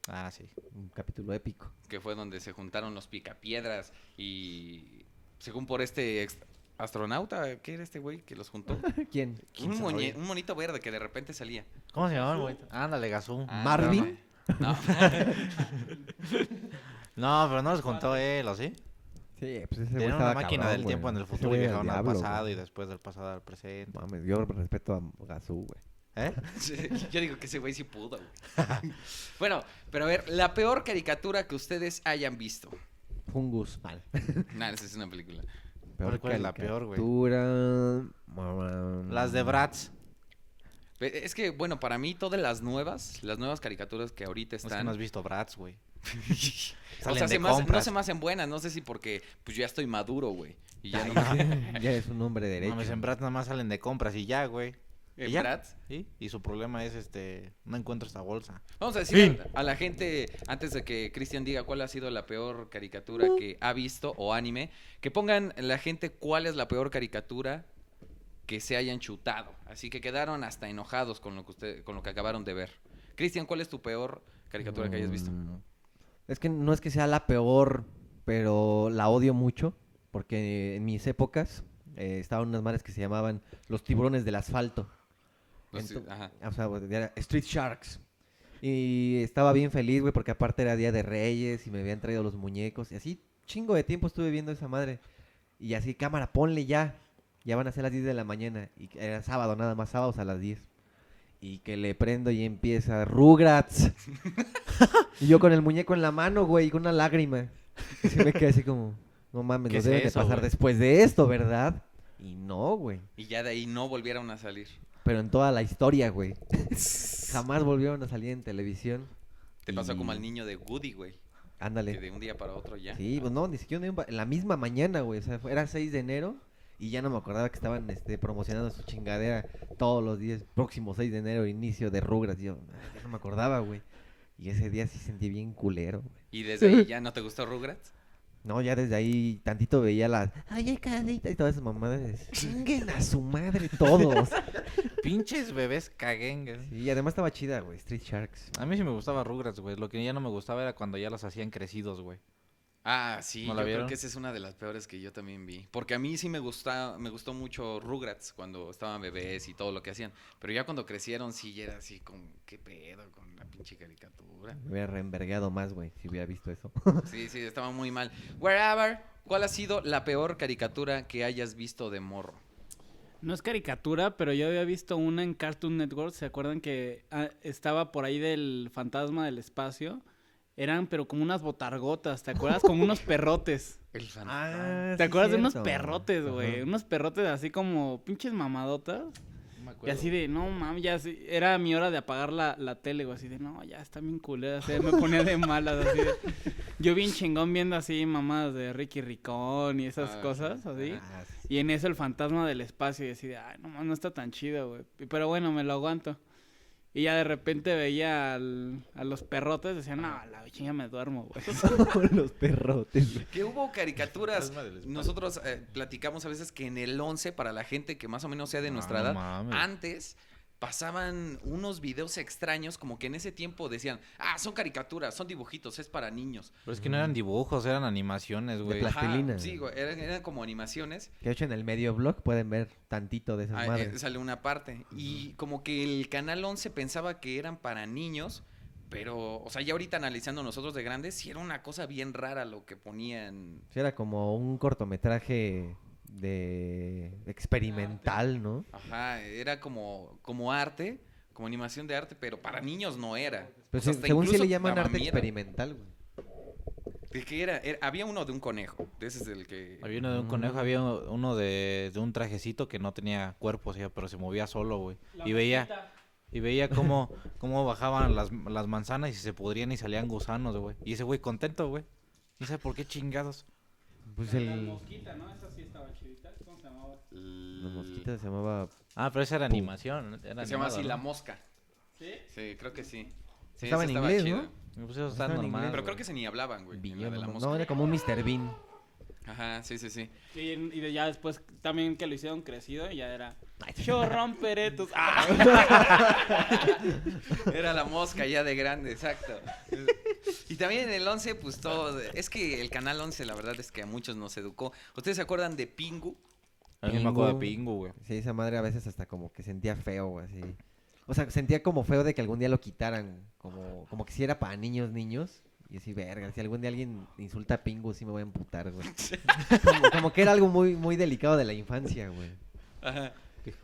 Speaker 3: Ah, sí.
Speaker 2: Un capítulo épico. [LAUGHS]
Speaker 1: que fue donde se juntaron los picapiedras y según por este ex- astronauta, ¿qué era este güey que los juntó?
Speaker 2: ¿Quién?
Speaker 3: [LAUGHS] ¿Quién
Speaker 1: un,
Speaker 3: sabe?
Speaker 1: moñe- un monito verde que de repente salía.
Speaker 3: ¿Cómo se llamaba, güey? Ándale, Gazú.
Speaker 1: Ah,
Speaker 2: ¿Marvin?
Speaker 1: No, [LAUGHS]
Speaker 3: No, pero no los contó él, ¿o sí?
Speaker 2: Sí, pues ese güey
Speaker 3: Tenían
Speaker 2: estaba
Speaker 3: una máquina
Speaker 2: cabrón,
Speaker 3: del
Speaker 2: güey.
Speaker 3: tiempo en el
Speaker 2: Ese
Speaker 3: futuro y
Speaker 2: güey era el
Speaker 3: viajaron al
Speaker 2: diablo,
Speaker 3: pasado
Speaker 2: güey.
Speaker 3: y después del pasado al presente.
Speaker 2: Mames, yo respeto a Gazú, güey.
Speaker 3: ¿Eh?
Speaker 1: Sí, Yo digo que ese güey sí pudo,
Speaker 3: [LAUGHS]
Speaker 1: güey. bueno, pero a ver, la peor caricatura que ustedes hayan visto.
Speaker 2: Fungus. Mal.
Speaker 1: Nah, esa es una película.
Speaker 3: cuál es la peor, güey?
Speaker 2: Caricatura.
Speaker 3: Las de Bratz.
Speaker 1: Pe- Es que, bueno, para mí todas las nuevas, las nuevas caricaturas que ahorita
Speaker 3: Es que
Speaker 1: están...
Speaker 3: no has visto Bratz, güey.
Speaker 1: o
Speaker 3: Salen
Speaker 1: sea,
Speaker 3: de
Speaker 1: se me hacen- no
Speaker 3: compras.
Speaker 1: se me hacen buenas, no sé si porque pues yo ya estoy maduro, güey. Y ya no...
Speaker 2: ya eres un hombre derecho.
Speaker 3: Mames, en Bratz nada más salen de compras [LAUGHS] y ya, güey. Y
Speaker 1: ¿En
Speaker 3: ya.
Speaker 1: Bratz?
Speaker 3: Sí, Y su problema es, este, no encuentro esta bolsa.
Speaker 1: Vamos a decir a la gente, antes de que Cristian diga cuál ha sido la peor caricatura que ha visto o anime, que pongan la gente cuál es la peor caricatura que se hayan chutado. Así que quedaron hasta enojados con lo que, usted, con lo que acabaron de ver. Cristian, ¿cuál es tu peor caricatura que hayas visto?
Speaker 2: Mm, Es que no es que sea la peor, pero la odio mucho, porque en mis épocas eh, estaban unas madres que se llamaban los tiburones del asfalto.
Speaker 3: Pues
Speaker 1: No sé,
Speaker 2: Ento-
Speaker 1: Pues, ajá.
Speaker 2: O sea, bueno, era Street Sharks. Y estaba bien feliz, güey, porque aparte era Día de Reyes y me habían traído los muñecos. Y así, chingo de tiempo estuve viendo esa madre. Y así, cámara, ponle ya. Ya van a ser las 10 de la mañana. Y era sábado, nada más sábados a las 10. Y que le prendo y empieza
Speaker 3: [LAUGHS]
Speaker 2: Rugrats. [LAUGHS] y yo con el muñeco en la mano, güey, y con una lágrima. Y se me quedé así como, no mames,
Speaker 3: ¿Qué
Speaker 2: no
Speaker 3: es
Speaker 2: deben de
Speaker 3: eso,
Speaker 2: pasar
Speaker 3: güey?
Speaker 2: después de esto, ¿verdad? Y no, güey.
Speaker 1: Y ya de ahí no volvieron a salir.
Speaker 2: Pero en toda la historia, güey. Jamás volvieron a salir en televisión.
Speaker 1: Te pasó
Speaker 2: Y-
Speaker 1: como
Speaker 3: Mm.
Speaker 1: al niño de Woody, güey. Que de
Speaker 2: Ándale.
Speaker 1: un día para otro ya.
Speaker 2: Sí, pues no, ni siquiera en la misma mañana, güey. O sea, fue- era 6 de enero y ya no me acordaba que estaban este, promocionando su chingadera todos los días. Próximo 6 de enero, inicio de Rugras. Yo ah, ya no me acordaba, güey. Y ese día sí sentí bien culero, güey.
Speaker 1: Y desde ahí ya no te gustó Rugrats.
Speaker 2: No, ya desde ahí tantito veía las... Ay, ay, carita", y todas esas mamadas. Chinguen a su madre todos.
Speaker 3: Pinches bebés caguengas.
Speaker 2: Sí, y además estaba chida, güey. Street Sharks.
Speaker 3: A mí sí me gustaba Rugrats, güey. Lo que ya no me gustaba era cuando ya los hacían crecidos, güey.
Speaker 1: Ah, sí,
Speaker 3: ¿No
Speaker 1: yo
Speaker 3: la
Speaker 1: creo
Speaker 3: vieron?
Speaker 1: que esa es una de las peores que yo también vi. Porque a mí sí me gusta, me gustó mucho Rugrats cuando estaban bebés y todo lo que hacían. Pero ya cuando crecieron sí ya era así con qué pedo con la pinche caricatura.
Speaker 2: Me hubiera reenvergado más, güey, si hubiera visto eso.
Speaker 1: Sí, sí, estaba muy mal. Wherever, ¿cuál ha sido la peor caricatura que hayas visto de morro?
Speaker 4: No es caricatura, pero yo había visto una en Cartoon Network. ¿Se acuerdan que ah, estaba por ahí del fantasma del espacio? Eran, pero como unas botargotas, ¿te acuerdas? Como
Speaker 1: [LAUGHS]
Speaker 4: unos perrotes.
Speaker 1: El fan.
Speaker 4: Ah,
Speaker 2: Ah,
Speaker 3: Ah,
Speaker 4: ¿Te acuerdas de unos perrotes, güey? Unos perrotes así como pinches mamadotas.
Speaker 3: No me
Speaker 4: Y así de, no mames, ya sí, era mi hora de apagar la, la tele, güey. Así de, no, ya está bien culera. así, me ponía de malas, así de- Yo bien chingón viendo así mamadas de Ricky Ricón y esas
Speaker 1: Ah,
Speaker 4: cosas, así.
Speaker 2: Ah, sí. [LAUGHS]
Speaker 4: Y en eso el fantasma del espacio y así de, ay, no, mames, no está tan chido, güey. Y- Pero bueno, me lo aguanto. Y ya de repente veía al- a los perrotes, decían, no, la chinga me duermo, güey.
Speaker 2: los perrotes. güey.
Speaker 1: Que hubo caricaturas.
Speaker 3: Fantasma del espacio.
Speaker 1: Nosotros eh, platicamos a veces que en el 11, para la gente que más o menos sea de
Speaker 3: Ah,
Speaker 1: nuestra
Speaker 3: no
Speaker 1: edad,
Speaker 3: mames.
Speaker 1: antes pasaban unos videos extraños, como que en ese tiempo decían, ah, son caricaturas, son dibujitos, es para niños.
Speaker 3: Pero es que no eran dibujos, eran animaciones, güey.
Speaker 2: plas-
Speaker 1: Ajá,
Speaker 2: Plastilina.
Speaker 1: sí, güey, eran, eran como animaciones.
Speaker 2: Que de hecho en el medio blog pueden ver tantito de esas
Speaker 1: Ah, eh,
Speaker 2: madres.
Speaker 1: sale una parte. Y como que el canal 11 pensaba que eran para niños. Pero, o sea, ya ahorita analizando nosotros de grandes, sí era una cosa bien rara lo que ponían.
Speaker 2: Sí, era como un cortometraje de experimental, ¿no?
Speaker 1: Ajá, era como, como arte, como animación de arte, pero para niños no era.
Speaker 2: Pero
Speaker 1: O sea,
Speaker 2: se-
Speaker 1: hasta
Speaker 2: Pues, según sí
Speaker 1: incluso
Speaker 2: le llaman
Speaker 1: daba
Speaker 2: arte
Speaker 1: miedo.
Speaker 2: experimental, güey.
Speaker 1: ¿De qué era? Era- Había uno de un conejo. de Ese es el que.
Speaker 3: Había uno de un conejo, había uno de, de un trajecito que no tenía cuerpo, o sea, pero se movía solo, güey. Y veía, y veía cómo, cómo bajaban las, las manzanas y se pudrían y salían gusanos, güey. Y ese güey contento, güey. No sé por qué chingados.
Speaker 2: Pues el...
Speaker 4: ¿no? Esa sí estaba chidita. ¿Cómo se llamaba?
Speaker 2: Los mosquitos se llamaba...
Speaker 3: Ah, pero esa era animación. Era
Speaker 1: Que se llama
Speaker 3: animado,
Speaker 1: así
Speaker 3: ¿no?
Speaker 1: La Mosca.
Speaker 4: ¿Sí?
Speaker 1: Sí, creo que sí. Sí,
Speaker 2: Estaba
Speaker 1: ese
Speaker 2: en inglés,
Speaker 1: chido.
Speaker 2: ¿no?
Speaker 3: Pues eso está
Speaker 2: Estaba en
Speaker 3: normal.
Speaker 2: inglés,
Speaker 1: Pero
Speaker 3: güey.
Speaker 1: creo que se ni hablaban, güey. en la de la
Speaker 2: Villano,
Speaker 1: mosca.
Speaker 2: No, era como un Mr. Bean.
Speaker 1: Ajá, sí, sí, sí.
Speaker 4: Y, y de- ya después también que lo hicieron crecido y ya era. Yo romperé tus. ¡Ah!
Speaker 1: Era la mosca ya de
Speaker 2: [LAUGHS]
Speaker 1: grande, exacto. Y también en el 11, pues todo. Es que el canal 11, la verdad es que a muchos nos educó. ¿Ustedes se acuerdan de Pingu? [LAUGHS]
Speaker 3: A mí me acuerdo de
Speaker 2: Pingu.
Speaker 3: Pingu, güey.
Speaker 2: Sí, esa madre a veces hasta como que sentía feo, güey, así. O sea, sentía como feo de que algún día lo quitaran. Como, como que si era para niños, niños. Y así, verga, si algún día alguien insulta a Pingu, sí me voy a emputar, güey. como, como que era algo muy, muy delicado de la infancia, güey.
Speaker 1: Ajá.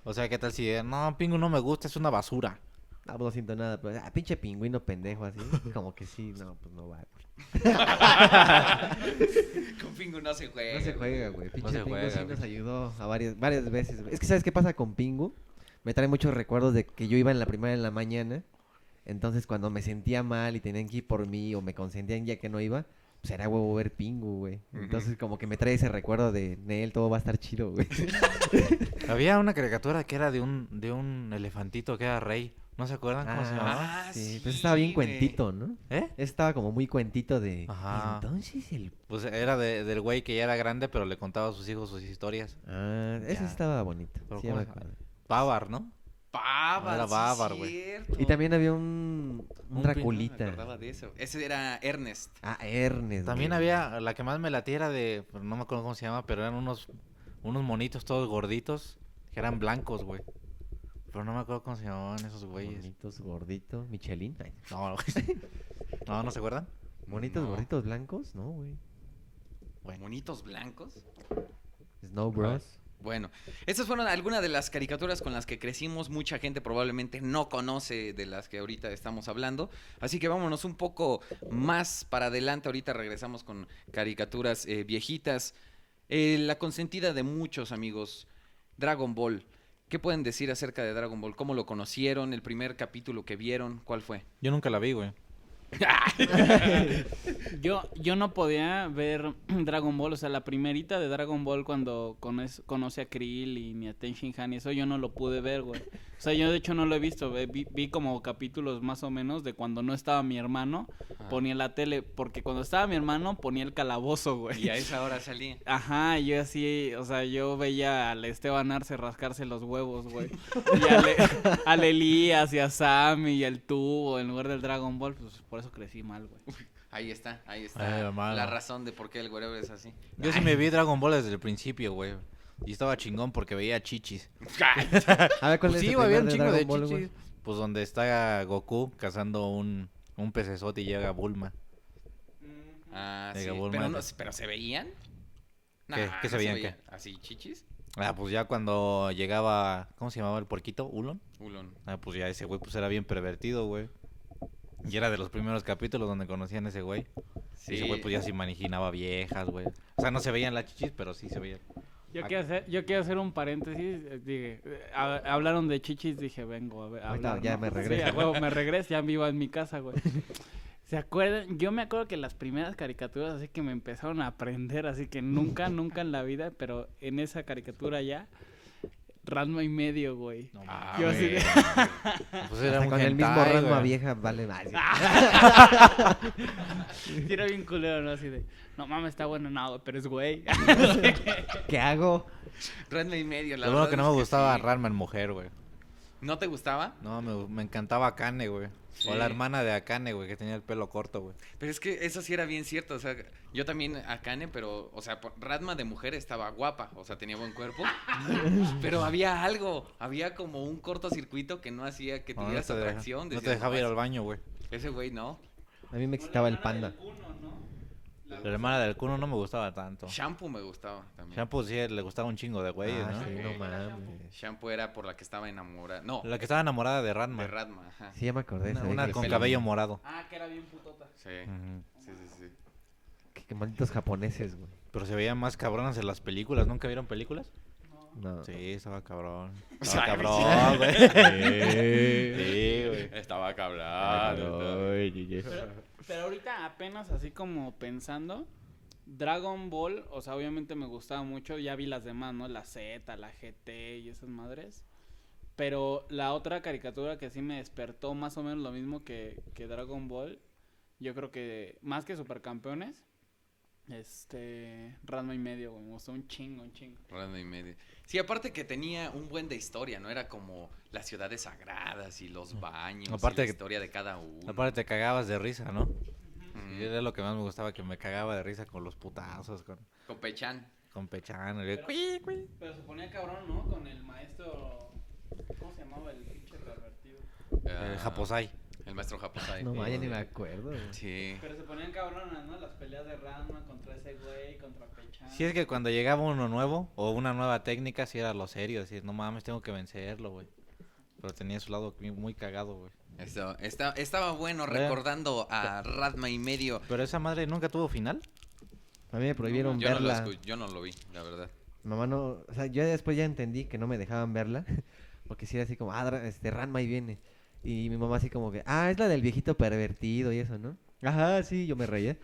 Speaker 3: O sea, ¿qué tal si... eh, No, Pingu no me gusta, es una basura.
Speaker 2: No, pues no siento nada, pero, ah, pinche pingüino pendejo, así. Como que sí, no, pues no va, güey.
Speaker 1: Con Pingu no se juega.
Speaker 2: No se
Speaker 1: güey.
Speaker 2: juega, güey. Pinche
Speaker 3: se
Speaker 2: Pingu
Speaker 3: juega,
Speaker 2: sí
Speaker 3: güey.
Speaker 2: nos ayudó a varias, varias veces, güey. Es que ¿sabes qué pasa con Pingu? Me trae muchos recuerdos de que yo iba en la primaria en la mañana. Entonces, cuando me sentía mal y tenían que ir por mí o me consentían ya que no iba, pues era huevo ver Pingu, güey. Entonces, como que me trae ese recuerdo de Nel, todo va a estar chido, güey.
Speaker 3: Había una caricatura que era de un, de un elefantito que era rey. ¿No se acuerdan cómo se llamaba?
Speaker 1: Ah,
Speaker 2: sí.
Speaker 1: sí,
Speaker 2: pues estaba bien
Speaker 1: güey.
Speaker 2: cuentito, ¿no?
Speaker 3: ¿Eh?
Speaker 2: Estaba como muy cuentito de.
Speaker 3: Ajá.
Speaker 2: Entonces el.
Speaker 3: Pues era de- del güey que ya era grande, pero le contaba a sus hijos sus historias.
Speaker 2: Ah, ese
Speaker 3: Ya.
Speaker 2: estaba bonito.
Speaker 3: Pero
Speaker 2: sí, ya
Speaker 3: ¿cómo
Speaker 2: me
Speaker 3: se-
Speaker 2: acuerdo.
Speaker 3: Bávar, ¿no?
Speaker 1: Bávar,
Speaker 3: Era
Speaker 1: sí,
Speaker 3: Bávar, güey.
Speaker 1: cierto.
Speaker 2: Y también había un. Un
Speaker 3: Un pin-
Speaker 1: No me
Speaker 2: Draculita.
Speaker 1: acordaba de eso. Ese era Ernest.
Speaker 2: ah, Ernest.
Speaker 3: También
Speaker 2: güey.
Speaker 3: había, la que más me latía era de, pero no me acuerdo cómo se llama, pero eran unos, unos monitos todos gorditos, que eran blancos, güey. Pero no me acuerdo cómo se llamaban esos güeyes.
Speaker 2: Bonitos, gorditos. Michelin. Ay,
Speaker 3: No, güey. no, ¿no se acuerdan?
Speaker 2: Bonitos,
Speaker 1: No.
Speaker 2: gorditos, blancos. No, güey.
Speaker 3: Bueno,
Speaker 1: Monitos blancos.
Speaker 2: Snow Bros.
Speaker 1: Bueno, estas fueron algunas de las caricaturas con las que crecimos. Mucha gente probablemente no conoce de las que ahorita estamos hablando. Así que vámonos un poco más para adelante. Ahorita regresamos con caricaturas eh, viejitas. Eh, la consentida de muchos amigos, Dragon Ball. ¿Qué pueden decir acerca de Dragon Ball? ¿Cómo lo conocieron? ¿El primer capítulo que vieron? ¿Cuál fue?
Speaker 3: yo nunca la vi, güey.
Speaker 4: [LAUGHS] Yo, yo no podía ver [CLEARS THROAT] Dragon Ball, o sea, la primerita de Dragon Ball cuando conoce, conoce a Krill y ni a Ten Shin Han y eso yo no lo pude ver, güey. O sea, yo de hecho no lo he visto, ve- vi, vi como capítulos más o menos de cuando no estaba mi hermano, ponía la tele, porque cuando estaba mi hermano ponía el calabozo, güey.
Speaker 1: Y a esa hora salí.
Speaker 4: Ajá, yo así, o sea, yo veía al Esteban Arce rascarse los huevos, güey. Y
Speaker 2: [LAUGHS]
Speaker 4: al, E- al Elías y a Sammy y al tubo en lugar del Dragon Ball, pues por eso crecí mal, güey.
Speaker 1: Ahí está, ahí
Speaker 3: Ay,
Speaker 1: está.
Speaker 3: hermano.
Speaker 1: la razón de por qué el wherever es así.
Speaker 3: Yo sí me vi Dragon Ball desde el principio, güey. Y estaba chingón porque veía chichis.
Speaker 2: A ver, ¿cuál
Speaker 3: Pues
Speaker 2: es
Speaker 3: sí,
Speaker 2: el
Speaker 3: güey,
Speaker 2: primer
Speaker 3: había un
Speaker 2: de
Speaker 3: chingo de
Speaker 2: Dragon Ball, güey?
Speaker 3: chichis. Pues donde está Goku cazando un, un pecesote y llega Bulma.
Speaker 1: Ah,
Speaker 3: De
Speaker 1: sí.
Speaker 3: Gabor
Speaker 1: Pero, no,
Speaker 3: Mate.
Speaker 1: pero se veían.
Speaker 3: ¿Qué? ¿Qué se veían,
Speaker 1: ¿Así chichis?
Speaker 3: Ah, pues ya cuando llegaba, ¿cómo se llamaba el porquito? ¿Ulon?
Speaker 1: Ulón.
Speaker 3: Ah, pues ya ese güey pues era bien pervertido, güey. Y era de los primeros capítulos donde conocían a ese güey. Y Ese güey pues ya se imaginaba viejas, güey. O sea, no se veían las chichis, pero sí se veían.
Speaker 4: Yo
Speaker 3: Ah.
Speaker 4: quiero hacer, yo quiero hacer un paréntesis. eh, Dije, eh, ha- hablaron de chichis, dije, vengo a ver. a
Speaker 2: Ahorita
Speaker 4: hablar,
Speaker 2: ya
Speaker 4: ¿no?
Speaker 2: me
Speaker 4: Sí,
Speaker 2: regreso.
Speaker 4: a
Speaker 2: [LAUGHS]
Speaker 4: huevo, me regreso, ya vivo en mi casa, güey. ¿Se acuerdan? Yo me acuerdo que las primeras caricaturas así que me empezaron a aprender, así que nunca, nunca en la vida, pero en esa caricatura ya, Ranma y medio, güey.
Speaker 3: No,
Speaker 1: Ah,
Speaker 4: yo así de-
Speaker 3: [LAUGHS] Pues era
Speaker 2: Hasta
Speaker 3: un
Speaker 2: con el mismo
Speaker 3: hentai,
Speaker 2: Ranma
Speaker 3: güey.
Speaker 2: vieja, vale más.
Speaker 4: sí, era bien culero, ¿no? Así de, no mames, está bueno, no, güey, pero es güey.
Speaker 2: ¿Qué hago?
Speaker 1: Ranma y medio, la
Speaker 3: Lo bueno
Speaker 1: verdad
Speaker 3: que no
Speaker 1: es
Speaker 3: me gustaba
Speaker 1: sí.
Speaker 3: Ranma en mujer, güey.
Speaker 1: ¿No te gustaba?
Speaker 3: No, me, me encantaba Akane, güey.
Speaker 1: Sí.
Speaker 3: O la hermana de Akane, güey, que tenía el pelo corto, güey.
Speaker 1: Pero es que eso sí era bien cierto. O sea, yo también a Kane, pero, o sea, por- Ranma de mujer estaba guapa. O sea, tenía buen
Speaker 3: [LAUGHS]
Speaker 1: cuerpo. pero había algo. Había como un cortocircuito que no hacía que
Speaker 3: No, no
Speaker 1: tuvieras
Speaker 3: te deja-
Speaker 1: atracción.
Speaker 3: no te
Speaker 1: decías,
Speaker 3: dejaba ir
Speaker 1: "No,
Speaker 3: al baño, güey.
Speaker 1: Ese güey no.
Speaker 2: A mí me excitaba el panda.
Speaker 3: La hermana del cuno no me gustaba tanto.
Speaker 1: Shampoo me gustaba también.
Speaker 3: Ya pues sí, le gustaba un chingo de güeyes,
Speaker 2: Ah,
Speaker 3: ¿no?
Speaker 2: sí, no mames.
Speaker 1: Shampoo era por la que estaba enamorada. No,
Speaker 3: La que estaba enamorada de
Speaker 1: de
Speaker 3: Ranma.
Speaker 1: Radma. Ajá.
Speaker 2: Sí, ya me acordé.
Speaker 3: Una,
Speaker 2: se ve
Speaker 3: una
Speaker 2: que
Speaker 3: con
Speaker 2: sí.
Speaker 3: cabello morado.
Speaker 4: Ah, que era bien putota.
Speaker 1: Sí.
Speaker 3: Ujú.
Speaker 1: sí, sí, sí.
Speaker 2: Qué, qué malditos japoneses, güey.
Speaker 3: Pero se veían más cabronas en las películas. ¿Nunca vieron películas?
Speaker 2: No.
Speaker 3: Sí, estaba
Speaker 1: [LAUGHS]
Speaker 3: cabrón.
Speaker 1: sea,
Speaker 3: Estaba
Speaker 1: [LAUGHS]
Speaker 3: cabrón, güey. Sí, güey.
Speaker 1: Estaba Ah,
Speaker 3: Cabrón.
Speaker 1: cabrón.
Speaker 4: Pero, pero ahorita apenas así como pensando, Dragon Ball, o sea, obviamente me gustaba mucho, ya vi las demás, ¿no? La Z, la GT y esas madres. Pero la otra caricatura que sí me despertó más o menos lo mismo que, que Dragon Ball, yo creo que más que Supercampeones, este, Ranma y medio, güey, me gustó un chingo, un chingo.
Speaker 1: Random y medio. Sí, aparte que tenía un buen de historia, ¿no? Era como las ciudades sagradas y los baños, y
Speaker 3: Aparte
Speaker 1: la
Speaker 3: que-
Speaker 1: historia de cada uno.
Speaker 3: Aparte te cagabas de risa, ¿no?
Speaker 1: Mm,
Speaker 3: Sí, era lo que más me gustaba, que me cagaba de risa con los putazos, con,
Speaker 1: Con Pechan.
Speaker 3: con Pechano. y-
Speaker 4: Pero se ponía cabrón, ¿no? Con el maestro, ¿cómo se llamaba el pinche pervertido?
Speaker 3: El
Speaker 1: ah,
Speaker 3: Japosai.
Speaker 1: El maestro Japosai.
Speaker 2: No,
Speaker 1: Sí.
Speaker 2: vaya, ni me acuerdo, güey.
Speaker 1: Sí.
Speaker 4: Pero se ponían cabronas, ¿no? Las peleas de Ranma contra ese güey, contra Pechan.
Speaker 3: Si es que cuando llegaba uno nuevo o una nueva técnica, si era lo serio, decir, no mames, tengo que vencerlo, güey. Pero tenía su lado muy- muy cagado, güey.
Speaker 1: Eso, está- estaba bueno
Speaker 3: Vean.
Speaker 1: recordando a Radma y medio.
Speaker 3: Pero esa madre nunca tuvo final.
Speaker 2: A mí me prohibieron
Speaker 1: yo, no lo
Speaker 2: verla.
Speaker 1: escu- yo no lo vi, la verdad.
Speaker 2: Mamá no... O sea, yo después ya entendí que no me dejaban verla. [LAUGHS] Porque si era así como, ah, Dra- este, Ranma ahí viene. Y mi mamá así como que, ah, es la del viejito pervertido y eso, ¿no? Ajá, sí, yo me reía.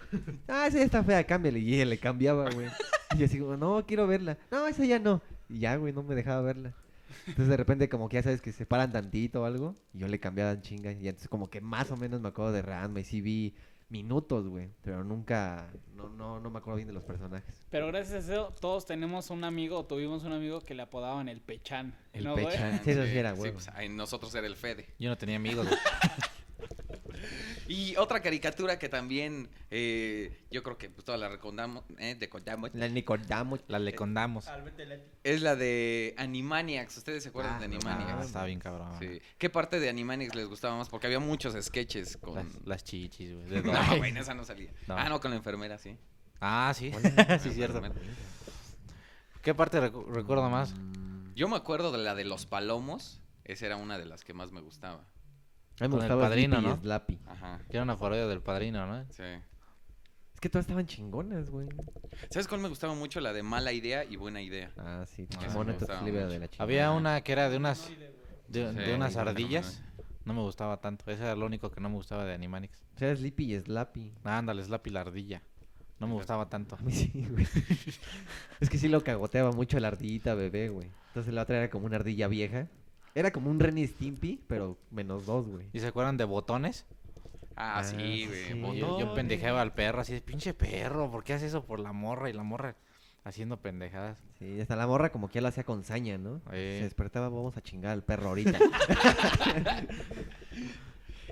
Speaker 2: Ah, esa ya está fea, cámbiale. Y ella le cambiaba, güey. Y yo así como, no, quiero verla. No, esa ya no. Y ya, güey, no me dejaba verla. Entonces de repente como que ya sabes que se paran tantito o algo. Y yo le cambiaba en chinga. Y entonces como que más o menos me acuerdo de Ranma. Y sí vi minutos, güey. Pero nunca, no, no, no me acuerdo bien de los personajes.
Speaker 4: Pero gracias a eso, todos tenemos un amigo, o tuvimos un amigo que le apodaban el Pechán.
Speaker 2: El
Speaker 4: ¿no, güey?
Speaker 2: Pechán. Ah, Sí, eso sí era, güey.
Speaker 1: pues, ay, nosotros era el Fede.
Speaker 3: Yo no tenía amigos.
Speaker 1: [LAUGHS]
Speaker 3: güey.
Speaker 1: Y otra caricatura que también eh, yo creo que pues, todas la recordamos, eh, recordamos,
Speaker 2: La Nicodamo.
Speaker 3: La le condamos.
Speaker 1: Ah, es la de Animaniacs. ¿Ustedes se acuerdan de Animaniacs?
Speaker 3: Ah, estaba bien cabrón.
Speaker 1: Sí. ¿Qué parte de Animaniacs les gustaba más? Porque había muchos sketches con...
Speaker 3: Las,
Speaker 1: [LAUGHS]
Speaker 3: las chichis, güey. de
Speaker 1: No,
Speaker 3: Donald.
Speaker 1: bueno, esa no salía.
Speaker 3: No.
Speaker 1: Ah, no, con la enfermera, sí.
Speaker 3: Ah, [LAUGHS] sí. sí, cierto. ¿Qué parte recu- recuerdo más?
Speaker 1: Mm. Yo me acuerdo de la de los palomos. Esa era una de las que más me gustaba.
Speaker 2: A mí me
Speaker 3: Con el
Speaker 2: gustaba
Speaker 3: padrino,
Speaker 2: Sleepy y
Speaker 3: ¿no?
Speaker 2: Slappy.
Speaker 1: Ajá,
Speaker 3: Que era una parodia del padrino, ¿no?
Speaker 1: sí.
Speaker 2: Es que todas estaban chingonas, güey.
Speaker 1: ¿Sabes cuál me gustaba mucho? La de mala idea y buena idea.
Speaker 2: Ah, sí.
Speaker 1: Ah,
Speaker 2: Chimón,
Speaker 1: me
Speaker 2: entonces
Speaker 1: gustaba
Speaker 2: libre
Speaker 1: mucho.
Speaker 2: de la chingada.
Speaker 3: Había una que era de unas de,
Speaker 1: Sí,
Speaker 3: de unas
Speaker 1: igual,
Speaker 3: ardillas. No me gustaba tanto. Ese era lo único que no me gustaba de Animaniacs.
Speaker 2: O sea, era Sleepy y Slappy.
Speaker 3: Ah, ándale, Slappy la ardilla. No me gustaba tanto.
Speaker 2: A mí sí, [LAUGHS] güey. es que sí lo cagoteaba mucho la ardillita bebé, güey. Entonces la otra era como una ardilla vieja. Era como un Ren y Stimpy, pero menos dos, güey.
Speaker 3: ¿Y se acuerdan de botones?
Speaker 1: Ah,
Speaker 2: Ah,
Speaker 1: sí, güey.
Speaker 2: sí.
Speaker 1: bo-
Speaker 3: Yo- Yo,
Speaker 2: Botones.
Speaker 3: pendejeaba al perro así de pinche perro. ¿Por qué haces eso por la morra? Y la morra haciendo pendejadas.
Speaker 2: Sí, hasta la morra como que ya lo hacía con saña, ¿no?
Speaker 3: Eh.
Speaker 2: Se despertaba, vamos a chingar al perro
Speaker 3: [LAUGHS]
Speaker 2: ahorita.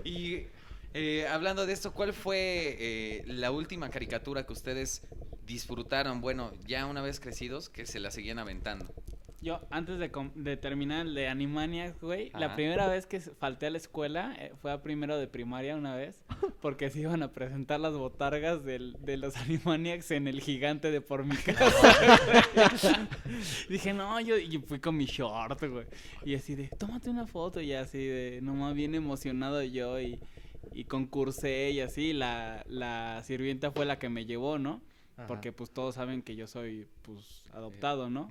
Speaker 1: Y eh, hablando de esto, ¿cuál fue eh, la última caricatura que ustedes disfrutaron? Bueno, ya una vez crecidos, que se la seguían aventando.
Speaker 4: Yo, antes de, com- de terminar el de Animaniacs, güey,
Speaker 1: Ajá.
Speaker 4: la primera vez que s- falté a la escuela eh, fue a primero de primaria una vez, porque se iban a presentar las botargas del- de los [LAUGHS] Animaniacs en el gigante de por mi casa. güey. [LAUGHS] Dije, no, yo, yo fui con mi short, güey. Y así de, tómate una foto, y así de, nomás bien emocionado yo, y, y concursé, y así, la, la sirvienta fue la que me llevó, ¿no? Porque pues todos saben que yo soy pues
Speaker 1: [LAUGHS]
Speaker 4: adoptado, ¿no?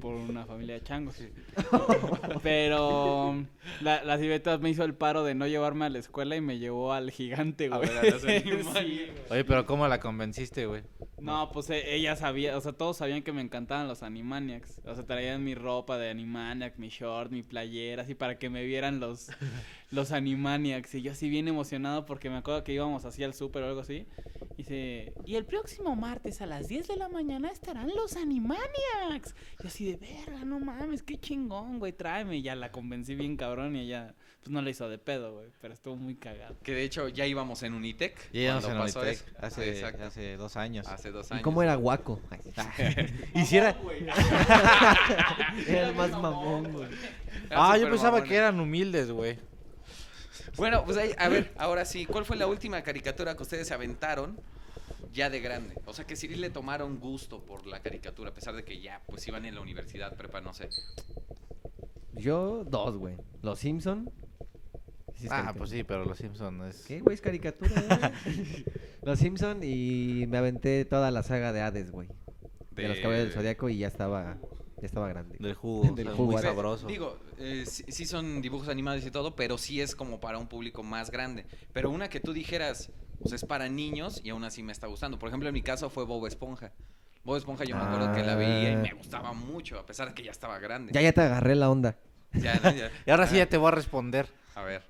Speaker 4: Por una familia de changos. [LAUGHS] Pero la, la civeta me hizo el paro de no llevarme a la escuela y me llevó al gigante,
Speaker 1: A
Speaker 4: güey.
Speaker 1: ver, a los
Speaker 4: [LAUGHS] Sí,
Speaker 1: animales.
Speaker 4: güey.
Speaker 3: Oye, pero ¿cómo la convenciste, güey?
Speaker 4: No, pues e- ella sabía, o sea, todos sabían que me encantaban los Animaniacs. O sea, traían mi ropa de Animaniac, mi short, mi playera, así para que me vieran [LAUGHS] los, los Animaniacs. Y yo así bien emocionado porque me acuerdo que íbamos así al súper o algo así. Y dice, y el próximo martes a las 10 de la mañana estarán los Animaniacs. Y así de, verga, no mames, qué chingón, güey, tráeme. Y ya la convencí bien cabrón y ella, pues no la hizo de pedo, güey, pero estuvo muy cagado.
Speaker 1: Que de hecho ya íbamos en Unitec.
Speaker 3: Ya íbamos
Speaker 1: cuando
Speaker 3: en
Speaker 1: pasó
Speaker 3: Unitec
Speaker 1: eso. Ah,
Speaker 3: hace,
Speaker 1: exacto. Ah,
Speaker 3: hace dos años.
Speaker 1: Hace dos
Speaker 2: ¿Y
Speaker 1: años.
Speaker 2: cómo era
Speaker 3: [LAUGHS]
Speaker 2: guaco? [LAUGHS]
Speaker 3: Hiciera.
Speaker 2: era el más mamón, güey.
Speaker 1: Era
Speaker 3: Ah, yo
Speaker 1: súper
Speaker 3: pensaba
Speaker 1: mamona.
Speaker 3: que eran humildes, güey.
Speaker 1: Bueno, pues ahí, a ver, ahora sí, ¿cuál fue la última caricatura que ustedes se aventaron ya de grande? O sea, que sí le tomaron gusto por la caricatura, a pesar de que ya, pues iban en la universidad, prepa, no sé.
Speaker 2: Yo, dos, güey. Los Simpson. Sí, es
Speaker 3: Ah,
Speaker 2: caricatura.
Speaker 3: pues sí, pero los Simpsons es.
Speaker 2: ¿Qué, güey? Es caricatura,
Speaker 3: [LAUGHS]
Speaker 2: güey. Los Simpson y me aventé toda la saga de Hades, güey. De, los caballeros del Zodíaco y ya estaba, ya estaba grande.
Speaker 3: Del jugo,
Speaker 2: Del
Speaker 3: o sea,
Speaker 2: jugo,
Speaker 3: muy
Speaker 2: ahora-
Speaker 3: sabroso.
Speaker 1: Pues, Digo, eh, sí, sí son dibujos animados y todo, pero sí es como para un público más grande. Pero una que tú dijeras, pues es para niños y aún así me está gustando. Por ejemplo, en mi caso fue Bob Esponja. Bob Esponja yo me acuerdo que la veía y me gustaba mucho, a pesar de que ya estaba grande.
Speaker 2: Ya, ya te agarré la onda.
Speaker 1: Ya, ¿no? Ya.
Speaker 3: [LAUGHS] Y ahora sí ya te voy a responder.
Speaker 1: A ver.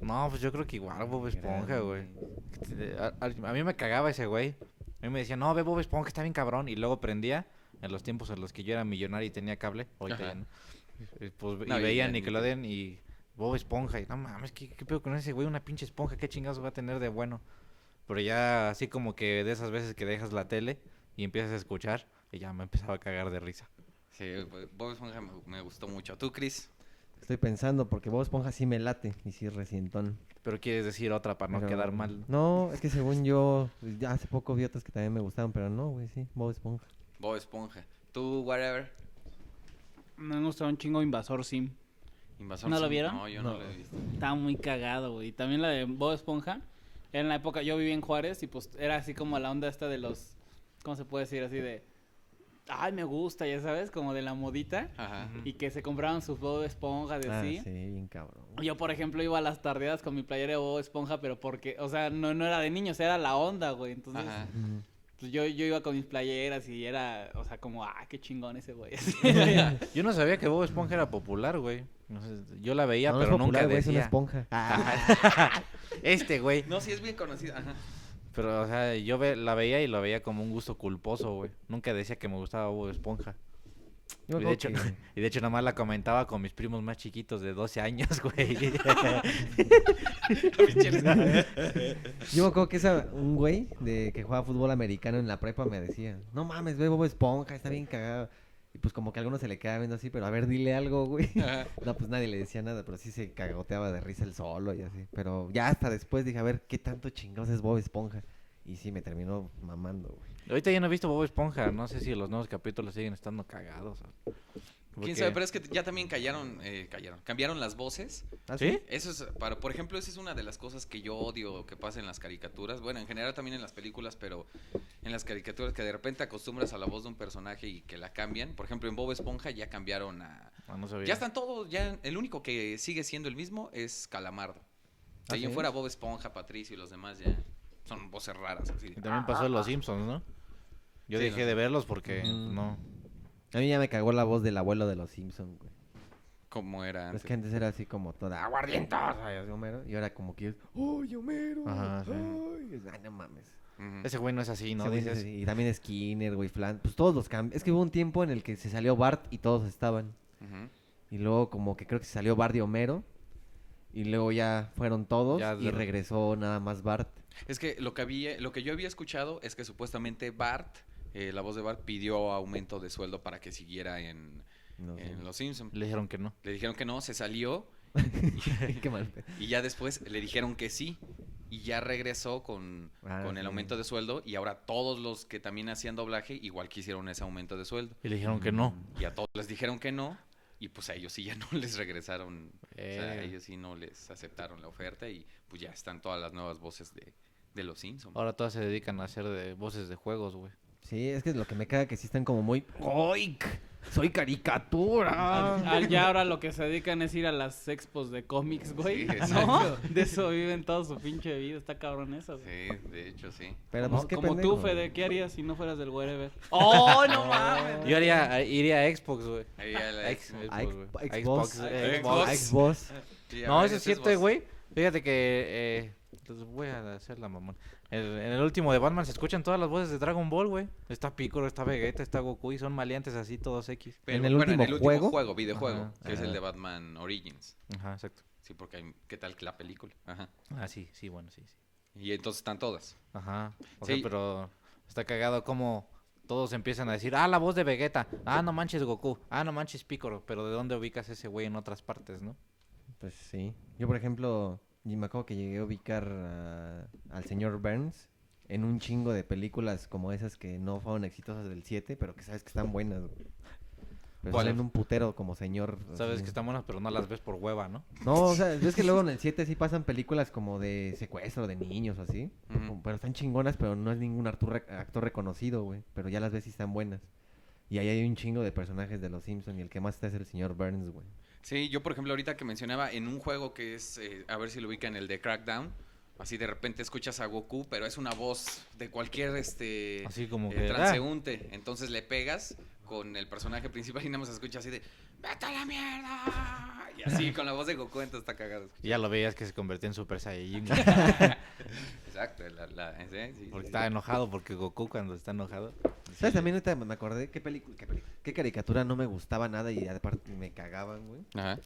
Speaker 3: No, pues yo creo que igual Bob Esponja, güey. Este, A, a- a mí me cagaba ese güey. A mí me decía, no, ve Bob Esponja, está bien cabrón. Y luego prendía, en los tiempos en los que yo era millonario y tenía cable, ahorita
Speaker 1: Ajá.
Speaker 3: ya no. Y, pues,
Speaker 1: No,
Speaker 3: y
Speaker 1: ya-
Speaker 3: veía
Speaker 1: ya-
Speaker 3: Nickelodeon y Bob Esponja. Y no mames, ¿qué, qué pedo con ese güey? Una pinche esponja, ¿qué chingados va a tener de bueno? Pero ya así como que de esas veces que dejas la tele y empiezas a escuchar, y ya me empezaba a cagar de risa.
Speaker 1: Sí, pues, Bob Esponja me, me gustó mucho. ¿Tú, Chris?
Speaker 2: Estoy pensando, porque Bob Esponja sí me late y sí recientón.
Speaker 3: Pero quieres decir otra para no
Speaker 2: Pero-
Speaker 3: quedar mal.
Speaker 2: No, es que según yo, ya hace poco vi otras que también me gustaban, pero no, güey, sí, Bob Esponja.
Speaker 1: Bob Esponja. ¿Tú, whatever?
Speaker 4: Me gustó un chingo Invasor Sim.
Speaker 1: Invasor
Speaker 4: ¿No lo
Speaker 1: Sim.
Speaker 4: vieron?
Speaker 1: No, yo no,
Speaker 2: No.
Speaker 1: lo he visto.
Speaker 4: Estaba muy cagado, güey. Y También la de Bob Esponja. Era en la época, yo vivía en Juárez y pues era así como la onda esta de los. ¿Cómo se puede decir? Así de. ay, me gusta, ya sabes, como de la modita.
Speaker 1: Ajá.
Speaker 4: Y que se compraban sus Bob Esponja de
Speaker 2: Ah,
Speaker 4: sí.
Speaker 2: sí, bien cabrón.
Speaker 4: Yo, por ejemplo, iba a las tardeadas con mi playera de Bob Esponja, pero porque, o sea, no, no era de niños, era la onda, güey. Entonces,
Speaker 1: Ajá.
Speaker 2: Ujú.
Speaker 4: pues, yo, yo iba con mis playeras y era, o sea, como, ah, qué chingón ese güey. [LAUGHS]
Speaker 3: Yo no sabía que Bob Esponja era popular, güey. No sé, yo la veía,
Speaker 2: No, no
Speaker 3: pero
Speaker 2: es popular,
Speaker 3: nunca
Speaker 2: güey, es una
Speaker 3: decía.
Speaker 2: esponja.
Speaker 3: [LAUGHS] este, güey.
Speaker 1: No, sí es bien conocido. Ajá.
Speaker 3: Pero, o sea, yo ve- la veía y lo veía como un gusto culposo, güey. Nunca decía que me gustaba Bob Esponja.
Speaker 2: Yo
Speaker 3: y,
Speaker 2: creo
Speaker 3: de hecho,
Speaker 2: que-
Speaker 3: [LAUGHS] y de hecho, nomás la comentaba con mis primos más chiquitos de 12 años, [LAUGHS] güey.
Speaker 2: [LAUGHS] Yo me acuerdo que esa, un güey de, que jugaba fútbol americano en la prepa me decía, no mames, ve Bob Esponja, está bien cagado. Y pues como que a alguno se le queda viendo así, pero a ver, dile algo, güey.
Speaker 1: Ajá.
Speaker 2: [LAUGHS] No, pues nadie le decía nada, pero sí se cagoteaba de risa el solo y así. Pero ya hasta después dije, a ver, ¿qué tanto chingados es Bob Esponja? Y sí, me terminó mamando, güey.
Speaker 3: Ahorita ya no he visto Bob Esponja. No sé si los nuevos capítulos siguen estando cagados. o-
Speaker 1: ¿Quién
Speaker 3: porque-
Speaker 1: sabe? Pero es que ya también callaron, eh, callaron, cambiaron las voces.
Speaker 2: ¿Ah,
Speaker 3: ¿Sí?
Speaker 1: Eso es, para, por ejemplo, esa es una de las cosas que yo odio que pasa en las caricaturas. Bueno, en general también en las películas, pero en las caricaturas que de repente acostumbras a la voz de un personaje y que la cambian. Por ejemplo, en Bob Esponja ya cambiaron a...
Speaker 3: Ah, no sabía.
Speaker 1: Ya están todos, ya el único que sigue siendo el mismo es Calamardo.
Speaker 2: ¿Ah,
Speaker 1: De ahí
Speaker 2: ¿sí?
Speaker 1: en fuera Bob Esponja, Patricio y los demás ya son voces raras. Así.
Speaker 3: Y también pasó en Los Simpsons, ¿no? Yo
Speaker 1: Ah, Sí,
Speaker 3: dejé
Speaker 1: los-
Speaker 3: de verlos porque
Speaker 2: Ujú.
Speaker 3: no.
Speaker 2: A mí ya me cagó la voz del abuelo de los Simpsons, güey.
Speaker 1: Como
Speaker 3: Ah,
Speaker 1: era antes.
Speaker 2: Es que antes era así como toda aguardientosa, y así, Homero. Y ahora como que es, ¡ay, Homero!
Speaker 3: Ajá, sí.
Speaker 2: ¡Ay! Es, "Ay, no mames!
Speaker 1: Ujú.
Speaker 3: Ese güey no es así, ¿no?
Speaker 2: Ese güey
Speaker 3: Dices,
Speaker 2: sí, sí, Y también Skinner, güey, Flan. Pues todos los cambios. Es que hubo un tiempo en el que se salió Bart y todos estaban.
Speaker 1: Ujú.
Speaker 2: Y luego como que creo que se salió Bart y Homero. Y luego ya fueron todos
Speaker 3: Ya
Speaker 2: y
Speaker 3: de-
Speaker 2: regresó nada más Bart.
Speaker 1: Es que lo que había, lo que yo había escuchado es que supuestamente Bart, eh, la voz de Bart, pidió aumento de sueldo para que siguiera en,
Speaker 2: No sé.
Speaker 1: en Los Simpsons.
Speaker 3: Le dijeron que no.
Speaker 1: Le dijeron que no, se salió
Speaker 2: [LAUGHS] Qué mal. pe-
Speaker 1: y ya después le dijeron que sí. Y ya regresó con,
Speaker 2: Ah,
Speaker 1: con el
Speaker 2: sí.
Speaker 1: aumento de sueldo y ahora todos los que también hacían doblaje igual quisieron ese aumento de sueldo.
Speaker 3: Y le dijeron que no.
Speaker 1: Y a todos les dijeron que no y pues a ellos sí ya [LAUGHS] no les regresaron, o sea, a
Speaker 3: Eh.
Speaker 1: ellos sí no les aceptaron la oferta y pues ya están todas las nuevas voces de, de los Simpsons.
Speaker 3: Ahora todas se dedican a hacer de voces de juegos, güey.
Speaker 2: Sí, es que lo que me caga que sí están como muy... ¡Oik! ¡Soy caricatura!
Speaker 4: Al- ya ahora lo que se dedican es ir a las expos de cómics, güey.
Speaker 1: Sí,
Speaker 4: [LAUGHS] ¿No?
Speaker 1: exacto.
Speaker 4: De eso viven toda su pinche vida. Está cabrón eso. güey.
Speaker 1: Sí, de hecho sí.
Speaker 2: Pero pues
Speaker 4: Como,
Speaker 2: qué
Speaker 4: como
Speaker 2: pendejo.
Speaker 4: tú, Fede, ¿qué harías si no fueras del wherever?
Speaker 1: ¡Oh, no mames!
Speaker 3: Yo haría, iría a Xbox, güey.
Speaker 1: Ahí ya la-
Speaker 3: Ex-
Speaker 1: Xbox.
Speaker 2: A
Speaker 3: Xbox,
Speaker 2: Xbox,
Speaker 3: güey.
Speaker 2: a
Speaker 3: Xbox,
Speaker 2: Xbox,
Speaker 3: eh,
Speaker 1: Xbox.
Speaker 2: A Xbox.
Speaker 1: Sí, a
Speaker 3: No,
Speaker 1: ver,
Speaker 3: eso es
Speaker 1: ese
Speaker 3: cierto,
Speaker 1: vos.
Speaker 3: güey. Fíjate que... eh, entonces voy a hacer la mamón. El- en el último de Batman se escuchan todas las voces de Dragon Ball, güey. Está Piccolo, está Vegeta, está Goku y son maleantes así todos X.
Speaker 1: Pero,
Speaker 2: ¿En el
Speaker 1: bueno,
Speaker 2: último juego?
Speaker 1: videojuego,
Speaker 3: Ajá.
Speaker 1: que es el
Speaker 3: Ah.
Speaker 1: de Batman Origins.
Speaker 3: Ajá, exacto.
Speaker 1: Sí, porque hay, ¿qué tal que la película? Ajá.
Speaker 3: Ah, sí, sí, bueno, sí, sí.
Speaker 1: Y entonces están todas.
Speaker 3: Ajá. O sea,
Speaker 1: Sí.
Speaker 3: pero está cagado como todos empiezan a decir, ah, la voz de Vegeta, ah, no manches Goku, ah, no manches Piccolo, pero ¿de dónde ubicas ese güey en otras partes, no?
Speaker 2: Pues sí. Yo, por ejemplo, y me acuerdo que llegué a ubicar a- al señor Burns en un chingo de películas como esas que no fueron exitosas del 7, pero que sabes que están buenas. güey. Pero
Speaker 3: ¿Cuál?
Speaker 2: salen un putero como señor.
Speaker 3: Sabes
Speaker 2: así.
Speaker 3: que están buenas, pero no las ves por hueva, ¿no?
Speaker 2: No, o sea, ves que luego en el 7 sí pasan películas como de secuestro de niños o así.
Speaker 1: Ujú.
Speaker 2: como- Pero están chingonas, pero no es ningún actor, rec- actor reconocido, güey. Pero ya las ves y están buenas. Y ahí hay un chingo de personajes de los Simpsons y el que más está es el señor Burns, güey.
Speaker 1: Sí, yo por ejemplo ahorita que mencionaba en un juego que es, eh, a ver si lo ubican, el de Crackdown. Así de repente escuchas a Goku, pero es una voz de cualquier este
Speaker 3: Así como
Speaker 1: eh,
Speaker 3: que, "Ah".
Speaker 1: transeúnte. Entonces le pegas con el personaje principal y nada más escucha así de ¡Vete a la mierda! Y
Speaker 3: [LAUGHS]
Speaker 1: así con la voz de Goku, entonces está cagado.
Speaker 3: Y ya lo veías que se convertía en Super Saiyajin, [LAUGHS] güey,
Speaker 1: Exacto, la, la- eh, sí, sí, sí,
Speaker 3: porque
Speaker 1: sí.
Speaker 3: estaba enojado, porque Goku cuando está enojado...
Speaker 2: ¿Sabes? También ahorita me acordé qué película, qué, pelicu- qué caricatura no me gustaba nada y aparte me cagaban, güey.
Speaker 1: Ajá.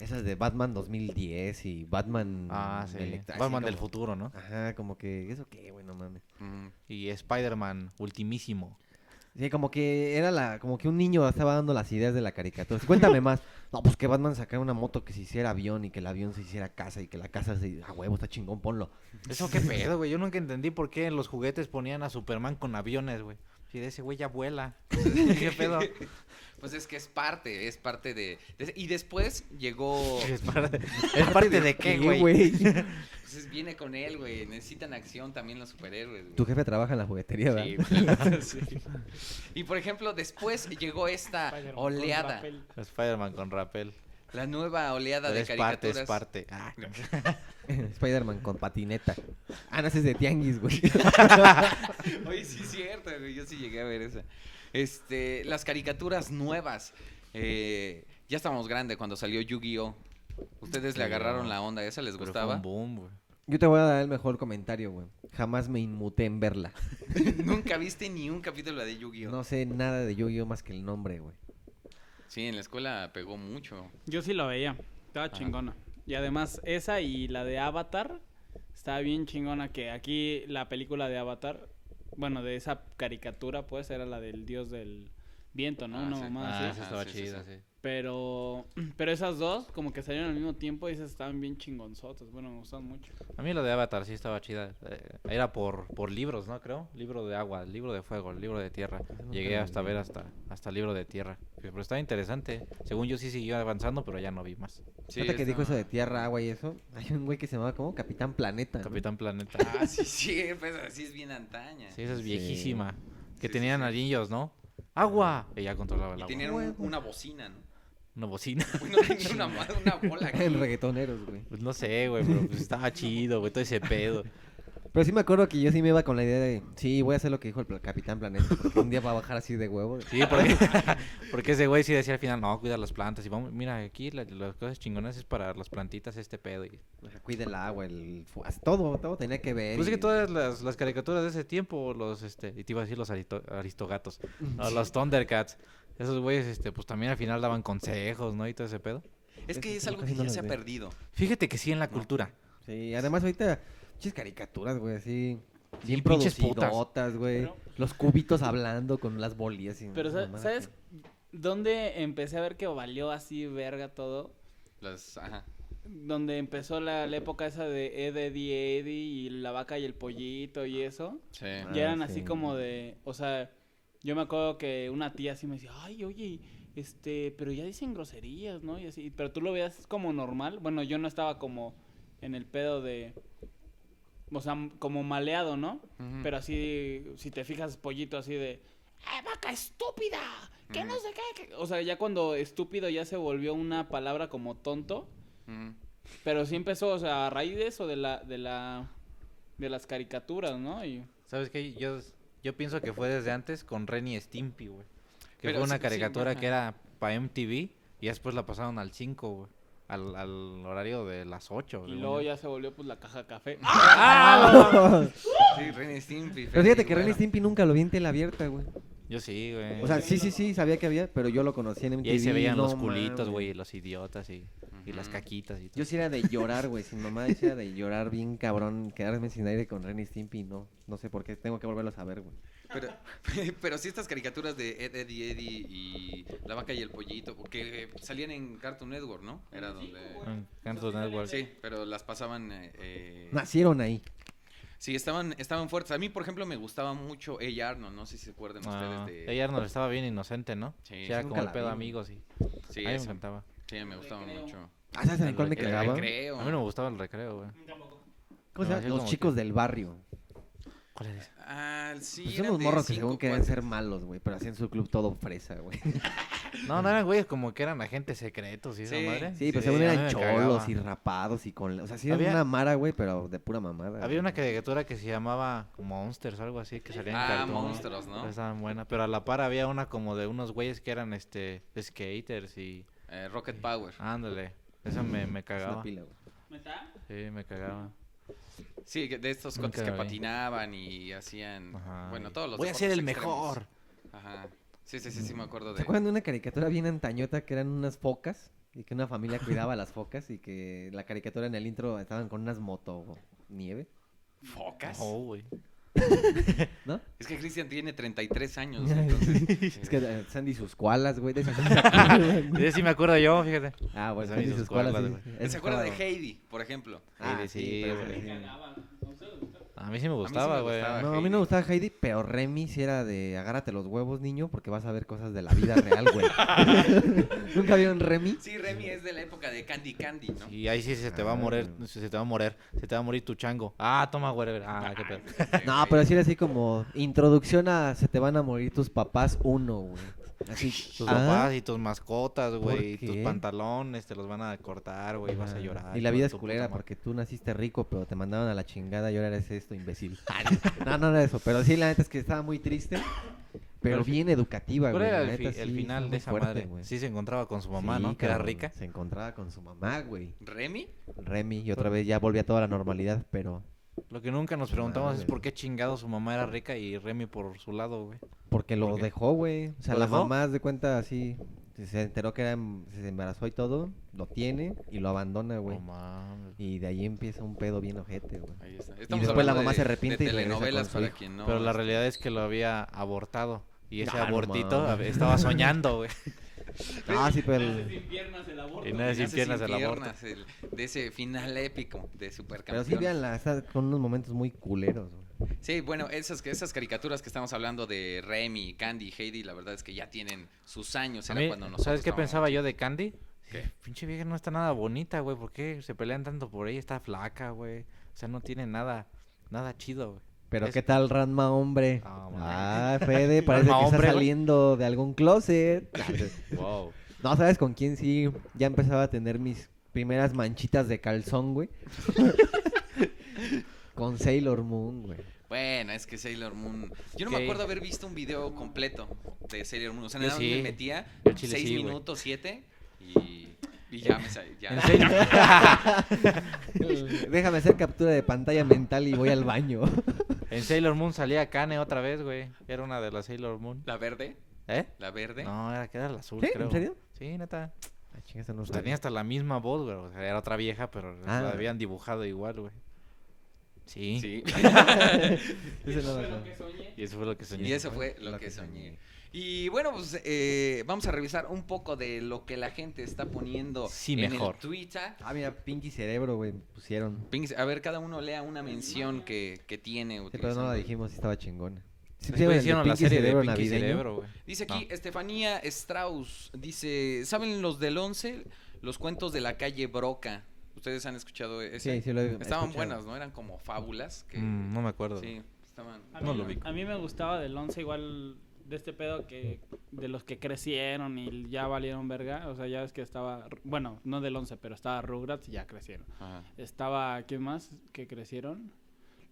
Speaker 2: Esas de Batman 2010 y Batman...
Speaker 3: Ah, sí.
Speaker 2: elect- así
Speaker 3: Batman del
Speaker 2: como-
Speaker 3: futuro, ¿no?
Speaker 2: Ajá, como que... ¿Eso qué, güey? No mames.
Speaker 1: Mm.
Speaker 3: Y Spider-Man ultimísimo.
Speaker 2: Sí, como que era la... Como que un niño estaba dando las ideas de la caricatura. Cuéntame
Speaker 3: [LAUGHS]
Speaker 2: más. No, pues que Batman sacara una moto que se hiciera avión y que el avión se hiciera casa y que la casa se... A huevo, está chingón, ponlo.
Speaker 3: Eso qué pedo, güey. Yo nunca entendí por qué en los juguetes ponían a Superman con aviones, güey. Y de ese güey ya vuela. [LAUGHS] ¿Qué pedo?
Speaker 1: Pues es que es parte, es parte de... de- y después llegó...
Speaker 3: [LAUGHS] ¿Es parte, es parte de qué, güey? [LAUGHS]
Speaker 2: güey?
Speaker 1: Pues es- viene con él, güey. Necesitan acción también los superhéroes, güey.
Speaker 2: Tu jefe trabaja en la juguetería, ¿verdad?
Speaker 1: Sí, güey. [LAUGHS] Sí. Y por ejemplo, después llegó esta
Speaker 4: Spider-Man con
Speaker 1: oleada,
Speaker 4: papel.
Speaker 3: Spider-Man con rappel.
Speaker 1: la nueva oleada
Speaker 3: Pero
Speaker 1: de
Speaker 3: es parte,
Speaker 1: caricaturas.
Speaker 3: es parte. Ah,
Speaker 2: [LAUGHS] Spider-man con patineta. Ah, naces de tianguis, güey.
Speaker 1: [LAUGHS]
Speaker 3: [LAUGHS]
Speaker 1: Oye, sí es cierto, güey, yo sí llegué a ver esa. Este, las caricaturas nuevas. Eh, ya estábamos grande cuando salió Yu-Gi-Oh. Ustedes le
Speaker 3: Sí,
Speaker 1: agarraron
Speaker 3: no.
Speaker 1: la onda, esa les
Speaker 3: pero fue
Speaker 1: gustaba.
Speaker 3: un boom, güey.
Speaker 2: Yo te voy a dar el mejor comentario, güey. Jamás me inmuté en verla.
Speaker 1: [LAUGHS] Nunca viste ni un capítulo de Yu-Gi-Oh.
Speaker 2: No sé nada de Yu-Gi-Oh más que el nombre, güey.
Speaker 1: Sí, en la escuela pegó mucho.
Speaker 4: Yo sí lo veía. Estaba chingona. Y además, esa y la de Avatar. Estaba bien chingona que aquí la película de Avatar, bueno, de esa caricatura, pues, era la del dios del viento, ¿no?
Speaker 1: Ah,
Speaker 4: Una
Speaker 1: sí.
Speaker 4: mamá
Speaker 3: Ah,
Speaker 4: así.
Speaker 1: sí,
Speaker 3: esa estaba
Speaker 1: sí, sí,
Speaker 3: chida,
Speaker 1: sí.
Speaker 3: sí.
Speaker 4: Pero, [CLEARS THROAT] pero esas dos, como que salieron al mismo tiempo y esas estaban bien chingonzotas. Bueno, me gustan mucho.
Speaker 3: A mí lo de Avatar sí estaba chida. Eh, era por, por libros, ¿no? Creo. Libro de agua, libro de fuego, libro de tierra.
Speaker 2: no
Speaker 3: Llegué
Speaker 2: tengo
Speaker 3: hasta ver hasta, hasta libro de tierra. Pero estaba interesante. Según yo sí siguió avanzando, pero ya no vi más.
Speaker 1: Sí,
Speaker 2: Ahorita que dijo eso
Speaker 1: estaba-
Speaker 2: de tierra, agua y eso, hay un güey que se llamaba como Capitán Planeta. ¿no? [LAUGHS]
Speaker 3: Capitán Planeta.
Speaker 1: Ah, sí, sí, pues así es bien antaña.
Speaker 3: Sí, esa es
Speaker 2: Sí.
Speaker 3: viejísima.
Speaker 1: Sí,
Speaker 3: Que
Speaker 1: sí,
Speaker 3: tenían
Speaker 1: sí.
Speaker 3: anillos, ¿no? ¡Agua! Y ya controlaba el
Speaker 1: Y
Speaker 3: agua.
Speaker 1: tenían un- una bocina,
Speaker 3: [LAUGHS]
Speaker 1: ¿no?
Speaker 3: Una bocina. [LAUGHS]
Speaker 1: Uno tenía una, ma- una
Speaker 2: [LAUGHS]
Speaker 1: bola aquí.
Speaker 2: En reggaetoneros, güey.
Speaker 3: Pues no sé, güey, pero pues estaba chido, güey, todo ese pedo.
Speaker 2: Pero sí me acuerdo que yo sí me iba con la idea de, sí, voy a hacer lo que dijo el pla- Capitán Planeta, porque un día va a bajar así de huevo.
Speaker 3: Sí,
Speaker 1: [LAUGHS]
Speaker 3: porque, porque ese güey sí decía al final, no, cuida las plantas. Y vamos, mira, aquí la- las cosas chingonas es para las plantitas este pedo. Y...
Speaker 2: Ajá, Cuide el agua, el fu- as- todo, todo tenía que ver.
Speaker 3: Pues es
Speaker 2: y-
Speaker 3: que todas las, las caricaturas de ese tiempo, los, este, y te iba a decir los arito- aristogatos,
Speaker 1: Mm.
Speaker 3: o los Thundercats, esos güeyes, este, pues también al final daban consejos, ¿no? Y todo ese pedo.
Speaker 1: Es que
Speaker 2: Eso
Speaker 1: es
Speaker 2: sí,
Speaker 1: algo
Speaker 2: casi
Speaker 1: que
Speaker 2: no
Speaker 1: ya
Speaker 2: las
Speaker 1: se ha
Speaker 2: veo.
Speaker 1: perdido.
Speaker 3: Fíjate que sí en la cultura.
Speaker 2: Sí, además ahorita, muchas caricaturas, güey, así.
Speaker 3: Sí,
Speaker 2: Bien
Speaker 3: pinches putas.
Speaker 2: producidotas, güey.
Speaker 4: Pero-
Speaker 2: Los cubitos hablando con las bolillas. y
Speaker 4: Pero, sa-
Speaker 2: mamadas
Speaker 4: ¿sabes
Speaker 2: [LAUGHS] así.
Speaker 4: dónde empecé a ver que valió así verga todo?
Speaker 1: Las, ajá.
Speaker 4: Donde empezó la, la época esa de Ed, Eddie, Eddie y la vaca y el pollito y eso.
Speaker 1: Sí.
Speaker 2: Ah,
Speaker 4: Ya eran
Speaker 2: sí.
Speaker 4: así como de, o sea, yo me acuerdo que una tía así me decía, ay, oye, este, pero ya dicen groserías, ¿no? Y así, pero tú lo veías como normal. Bueno, yo no estaba como en el pedo de, o sea, m- como maleado, ¿no?
Speaker 1: Ujú.
Speaker 4: Pero así, si te fijas, pollito así de, ¡eh, vaca estúpida! Que no
Speaker 1: Ujú.
Speaker 4: sé qué. que-". O sea, ya cuando estúpido ya se volvió una palabra como tonto.
Speaker 1: Ujú.
Speaker 4: Pero sí empezó, o sea, a raíz de eso, de la, de la, de las caricaturas, ¿no? Y...
Speaker 3: ¿Sabes qué? Yo, yo pienso que fue desde antes con Ren y Stimpy, güey. Que
Speaker 1: Pero
Speaker 3: fue
Speaker 1: sí-
Speaker 3: una
Speaker 1: sí,
Speaker 3: caricatura
Speaker 1: ajá.
Speaker 3: que era para MTV y después la pasaron al 5, güey. Al, al horario de las 8.
Speaker 4: Y luego ya se volvió pues la caja café.
Speaker 1: Sí, Ren y Stimpy.
Speaker 2: Pero fíjate que
Speaker 1: Ren
Speaker 2: Ren y Stimpy nunca lo vi en tela abierta, güey.
Speaker 3: Yo sí, güey.
Speaker 2: O sea, sí, sí, sí, sabía que había, pero yo lo conocí en MTV.
Speaker 3: Eh, y ahí se veían
Speaker 2: no
Speaker 3: los culitos,
Speaker 2: mames.
Speaker 3: güey, y los idiotas y, y las
Speaker 1: Ujú.
Speaker 3: caquitas y todo.
Speaker 2: Yo sí era de llorar, güey, sin mamá, yo sí era de llorar bien cabrón, quedarme sin aire con Ren y Stimpy, no, no sé por qué, tengo que volverlos a ver, güey.
Speaker 1: Pero, [LAUGHS] pero sí estas caricaturas de Ed, Eddie, Eddie y La Vaca y el Pollito, porque eh, salían en Cartoon Network, ¿no? Era donde...
Speaker 3: En Cartoon Network.
Speaker 1: Sí, pero las pasaban... eh, eh,
Speaker 2: Nacieron ahí.
Speaker 1: Sí, estaban, estaban fuertes. A mí, por ejemplo, me gustaba mucho Hey Arnold, no sé si se acuerdan
Speaker 3: Ah,
Speaker 1: ustedes de...
Speaker 3: Ella no estaba bien inocente, ¿no?
Speaker 1: Sí.
Speaker 3: era
Speaker 2: Nunca
Speaker 3: como el
Speaker 2: la
Speaker 3: pedo
Speaker 2: vi,
Speaker 3: amigos, sí.
Speaker 1: Sí,
Speaker 3: a mí me
Speaker 1: esa-
Speaker 3: encantaba.
Speaker 1: sí, me gustaba
Speaker 4: Recreo.
Speaker 1: mucho.
Speaker 2: Ah, ¿sabes en cuál me
Speaker 3: El
Speaker 2: cagaba?
Speaker 1: recreo.
Speaker 3: A mí no me gustaba el recreo, güey.
Speaker 2: ¿Cómo se
Speaker 3: No,
Speaker 2: llama?
Speaker 3: así
Speaker 2: Los
Speaker 3: como
Speaker 2: chicos
Speaker 3: que-
Speaker 2: del barrio.
Speaker 3: ¿Cuál es?
Speaker 1: Ah, sí,
Speaker 2: Pues
Speaker 1: eran
Speaker 2: son unos
Speaker 1: de
Speaker 2: morros que
Speaker 1: cinco
Speaker 2: según querían
Speaker 1: cuates.
Speaker 2: ser malos, güey, pero hacían su club todo fresa,
Speaker 3: [LAUGHS]
Speaker 2: güey.
Speaker 3: No, no eran güeyes como que eran agentes secretos y esa
Speaker 1: Sí,
Speaker 3: madre.
Speaker 2: Sí, pero
Speaker 1: Sí,
Speaker 2: según
Speaker 3: a mí
Speaker 2: eran
Speaker 3: me
Speaker 2: cholos
Speaker 3: cagaba.
Speaker 2: y rapados y con... O sea, sí era
Speaker 3: Había-
Speaker 2: una mara, güey, pero de pura mamada.
Speaker 3: Había
Speaker 2: güey.
Speaker 3: una caricatura que se llamaba Monsters o algo así que salía en
Speaker 1: Ah,
Speaker 3: Cartoon.
Speaker 1: monstruos, ¿no?
Speaker 3: Pero Estaban buenas, pero a la par había una como de unos güeyes que eran este skaters y
Speaker 1: Eh, Rocket Power.
Speaker 3: ándale. Esa me, me
Speaker 2: Es una
Speaker 3: cagaba.
Speaker 2: pila, güey.
Speaker 3: Sí, me cagaba.
Speaker 1: Sí, que de estos
Speaker 3: Nunca
Speaker 1: cuates que
Speaker 3: la vi.
Speaker 1: patinaban y hacían...
Speaker 3: Ajá,
Speaker 1: Bueno,
Speaker 3: y-
Speaker 1: todos los
Speaker 3: Voy a ser el
Speaker 1: deportes extremos.
Speaker 3: mejor.
Speaker 1: Ajá. Sí, sí, sí, sí, me acuerdo de...
Speaker 2: ¿Se acuerdan de una caricatura bien antañota que eran unas focas? Y que una
Speaker 3: [LAUGHS]
Speaker 2: familia cuidaba a las focas y que la caricatura en el intro estaban con unas moto nieve,
Speaker 1: ¿Focas?
Speaker 3: Oh, güey. [LAUGHS]
Speaker 2: ¿no?
Speaker 1: Es que Cristian tiene
Speaker 2: [LAUGHS]
Speaker 1: 33 años, entonces...
Speaker 2: Es que eh, Sandy y sus koalas, güey. De
Speaker 3: [LAUGHS]
Speaker 2: esas sí se acuerdan, güey.
Speaker 3: Sí, sí me acuerdo yo, fíjate.
Speaker 2: ah, bueno, Sandy
Speaker 3: Sandy y
Speaker 2: y
Speaker 3: sus
Speaker 2: sus koalas. sí,
Speaker 3: koalas, güey.
Speaker 2: sí, sí. Eso
Speaker 1: ¿Se acuerda de
Speaker 2: estaba-
Speaker 1: Heidi, por ejemplo?
Speaker 2: Ah,
Speaker 3: Heidi,
Speaker 2: sí,
Speaker 3: sí, Ah,
Speaker 2: pero
Speaker 3: güey.
Speaker 2: ese sí.
Speaker 3: A mí sí me gustaba,
Speaker 1: me
Speaker 3: güey.
Speaker 1: gustaba.
Speaker 2: No, a mí no
Speaker 1: Heidi.
Speaker 2: me gustaba Heidi, pero Remy sí era de agárrate los huevos, niño, porque vas a ver cosas de la vida real,
Speaker 3: [LAUGHS]
Speaker 2: güey. ¿Nunca vieron Remy?
Speaker 1: Sí, Remy es de la época de Candy Candy, ¿no?
Speaker 3: Y ahí sí se te va a
Speaker 2: Ah,
Speaker 3: morir,
Speaker 2: güey.
Speaker 3: se te va a morir, se te va a morir tu chango. Ah, toma, güey. Ah, qué pedo.
Speaker 1: Eh,
Speaker 2: [LAUGHS] No, pero sí era así como introducción a Se te van a morir tus papás uno, güey. Así.
Speaker 3: Tus
Speaker 2: ah,
Speaker 3: papás y tus mascotas, güey. y Tus
Speaker 2: qué?
Speaker 3: pantalones te los van a cortar, güey. Vas a
Speaker 2: ah,
Speaker 3: llorar.
Speaker 2: Y la vida es
Speaker 3: tu puta
Speaker 2: culera
Speaker 3: madre.
Speaker 2: porque tú naciste rico, pero te mandaban a la chingada y ahora eres esto, imbécil. [LAUGHS] Ah, no, no era eso, pero sí, la neta es que estaba muy triste, pero
Speaker 3: Pero fi-
Speaker 2: bien educativa,
Speaker 3: ¿Cuál
Speaker 2: güey.
Speaker 3: era
Speaker 2: la
Speaker 3: el, fi-
Speaker 2: neta
Speaker 3: el
Speaker 2: sí,
Speaker 3: final
Speaker 2: fue
Speaker 3: de
Speaker 2: muy
Speaker 3: esa
Speaker 2: fuerte,
Speaker 3: madre?
Speaker 2: güey.
Speaker 3: Sí, se encontraba con su mamá,
Speaker 2: Sí,
Speaker 3: ¿no? Que era
Speaker 2: cabrón,
Speaker 3: rica.
Speaker 2: Se encontraba con su mamá, güey.
Speaker 1: ¿Remy?
Speaker 2: Remy, y otra vez ya volvió a toda la normalidad, pero
Speaker 3: Lo que nunca nos preguntamos es
Speaker 2: Madre.
Speaker 3: por qué chingado su mamá era rica y Remy por su lado, güey.
Speaker 2: porque lo
Speaker 3: ¿Por qué?
Speaker 2: dejó, güey. O sea,
Speaker 3: ¿Lo
Speaker 2: la
Speaker 3: dejó?
Speaker 2: mamá haz de cuenta así, se enteró que era, em- se embarazó y todo, lo tiene y lo abandona, güey.
Speaker 3: No mames.
Speaker 2: y de ahí empieza un pedo bien ojete,
Speaker 3: [LAUGHS]
Speaker 2: güey.
Speaker 1: Ahí está.
Speaker 2: después la
Speaker 1: hablando
Speaker 2: mamá
Speaker 1: de-
Speaker 2: se arrepiente
Speaker 1: de
Speaker 2: y regresa con
Speaker 1: telenovelas
Speaker 2: su
Speaker 1: para
Speaker 2: hijo.
Speaker 1: quien no.
Speaker 3: Pero la realidad es que lo había abortado. Y ese
Speaker 2: Ah, no
Speaker 3: abortito
Speaker 2: mames.
Speaker 3: hab- estaba soñando, güey.
Speaker 2: Ah, sí, pero...
Speaker 4: Nace
Speaker 2: el-
Speaker 4: sin piernas el aborto.
Speaker 3: Y nada,
Speaker 1: Nace
Speaker 3: sin piernas el aborto.
Speaker 1: piernas, el- de ese final épico de
Speaker 2: Pero
Speaker 1: Supercampeones.
Speaker 2: sí, veanla, está con unos momentos muy culeros, güey.
Speaker 1: Sí, bueno, esas, esas caricaturas que estamos hablando de Remy, Candy, Heidi, la verdad es que ya tienen sus años.
Speaker 3: A
Speaker 1: Era
Speaker 3: mí,
Speaker 1: cuando nosotros
Speaker 3: ¿Sabes qué
Speaker 1: estábamos-
Speaker 3: pensaba yo de Candy?
Speaker 1: ¿Qué?
Speaker 3: Pinche vieja no está nada bonita, güey. ¿Por qué se pelean tanto por ella? Está flaca, güey. O sea, no tiene nada, nada chido, güey.
Speaker 2: Pero
Speaker 3: Es-
Speaker 2: ¿qué tal Ranma hombre?
Speaker 3: Ah, bueno.
Speaker 2: ah, Fede, parece
Speaker 3: Ranma
Speaker 2: que está
Speaker 3: hombre, güey.
Speaker 2: saliendo de algún closet.
Speaker 3: Wow.
Speaker 2: No, ¿sabes con quién sí? Ya empezaba a tener mis primeras manchitas de calzón, güey. con Sailor Moon, güey.
Speaker 1: Bueno, es que Sailor Moon. Yo no
Speaker 3: Ok.
Speaker 1: me acuerdo haber visto un video completo de Sailor Moon. O sea,
Speaker 3: Yo
Speaker 1: nada más
Speaker 3: sí.
Speaker 1: me metía
Speaker 3: Yo al chile
Speaker 1: seis
Speaker 3: sí, güey.
Speaker 1: minutos, siete y, y ya me sa- ya.
Speaker 3: ¿En serio?
Speaker 2: Déjame hacer captura de pantalla mental y voy al baño.
Speaker 3: [LAUGHS] en Sailor Moon salía Kane otra vez, güey. Era una de las Sailor Moon.
Speaker 1: La verde,
Speaker 3: ¿Eh?
Speaker 1: la verde.
Speaker 3: No, era que era la azul,
Speaker 2: ¿Sí? ¿En
Speaker 3: creo.
Speaker 2: serio?
Speaker 3: Sí, neta.
Speaker 2: Ah, chinga, eso no
Speaker 3: Pues
Speaker 2: sabía.
Speaker 3: tenía hasta la misma voz, güey. O sea, era otra vieja, pero
Speaker 2: Ah.
Speaker 3: la habían dibujado igual, güey. Sí.
Speaker 1: Sí.
Speaker 2: Ese no
Speaker 4: Eso
Speaker 2: lo
Speaker 4: fue lo
Speaker 2: sabía.
Speaker 4: que ¿eh? soñé.
Speaker 3: Y eso fue lo que soñé.
Speaker 1: y eso fue lo, que, soñé. Y bueno, pues eh, vamos a revisar un poco de lo que la gente está poniendo
Speaker 3: Sí,
Speaker 1: en
Speaker 3: mejor.
Speaker 1: el Twitter.
Speaker 2: Ah, mira, Pinky Cerebro, güey, pusieron.
Speaker 1: Pings, a ver, cada uno lea una mención que, que
Speaker 2: Sí,
Speaker 1: tiene.
Speaker 2: pero no
Speaker 1: utilizando.
Speaker 2: la dijimos, sí estaba chingona. Sí, pusieron el
Speaker 3: Después
Speaker 2: de
Speaker 3: pues hicieron la
Speaker 2: Pinky
Speaker 3: serie de Pinky
Speaker 2: navideño.
Speaker 3: Cerebro, güey.
Speaker 1: Dice aquí
Speaker 3: No.
Speaker 1: Estefanía Strauss, dice, ¿saben los del 11? Los cuentos de la calle Broca. ¿Ustedes han escuchado ese?
Speaker 2: Sí, sí lo he
Speaker 1: Estaban
Speaker 2: escuchado.
Speaker 1: buenas, ¿no? Eran como fábulas que...
Speaker 3: Mm, no me acuerdo.
Speaker 1: Sí, estaban...
Speaker 4: A
Speaker 3: No
Speaker 4: mí-
Speaker 3: lo ubico.
Speaker 4: A mí me gustaba del 11 igual de este pedo que de los que crecieron y ya valieron verga, o sea, ya ves que estaba, bueno, no del 11, pero estaba Rugrats y ya crecieron.
Speaker 1: Ajá.
Speaker 4: Estaba ¿quién más que crecieron?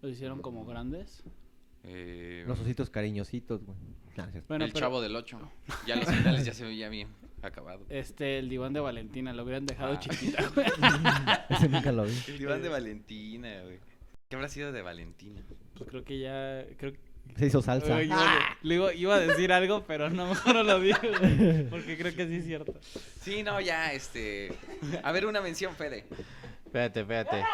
Speaker 4: Los hicieron como grandes.
Speaker 1: Eh,
Speaker 2: Los ositos cariñositos, güey. Ah, no es cierto.
Speaker 3: [LAUGHS]
Speaker 4: Bueno,
Speaker 1: el
Speaker 4: pero
Speaker 1: Chavo del 8. Ya los finales ya se veía bien acabado.
Speaker 4: este el diván de Valentina lo hubieran dejado
Speaker 1: Ah.
Speaker 4: chiquita, güey.
Speaker 2: Ese nunca lo vi.
Speaker 1: [LAUGHS] El diván de Valentina, güey. ¿Qué habrá sido de Valentina?
Speaker 4: Pues creo que ya creo que
Speaker 2: Se hizo salsa.
Speaker 4: Oye, iba, a- le iba- iba a decir algo, pero no [LAUGHS] mejor no lo digo, güey, porque creo que sí es cierto.
Speaker 1: Sí, no, ya, este... A ver, una mención, Fede.
Speaker 3: Espérate, espérate.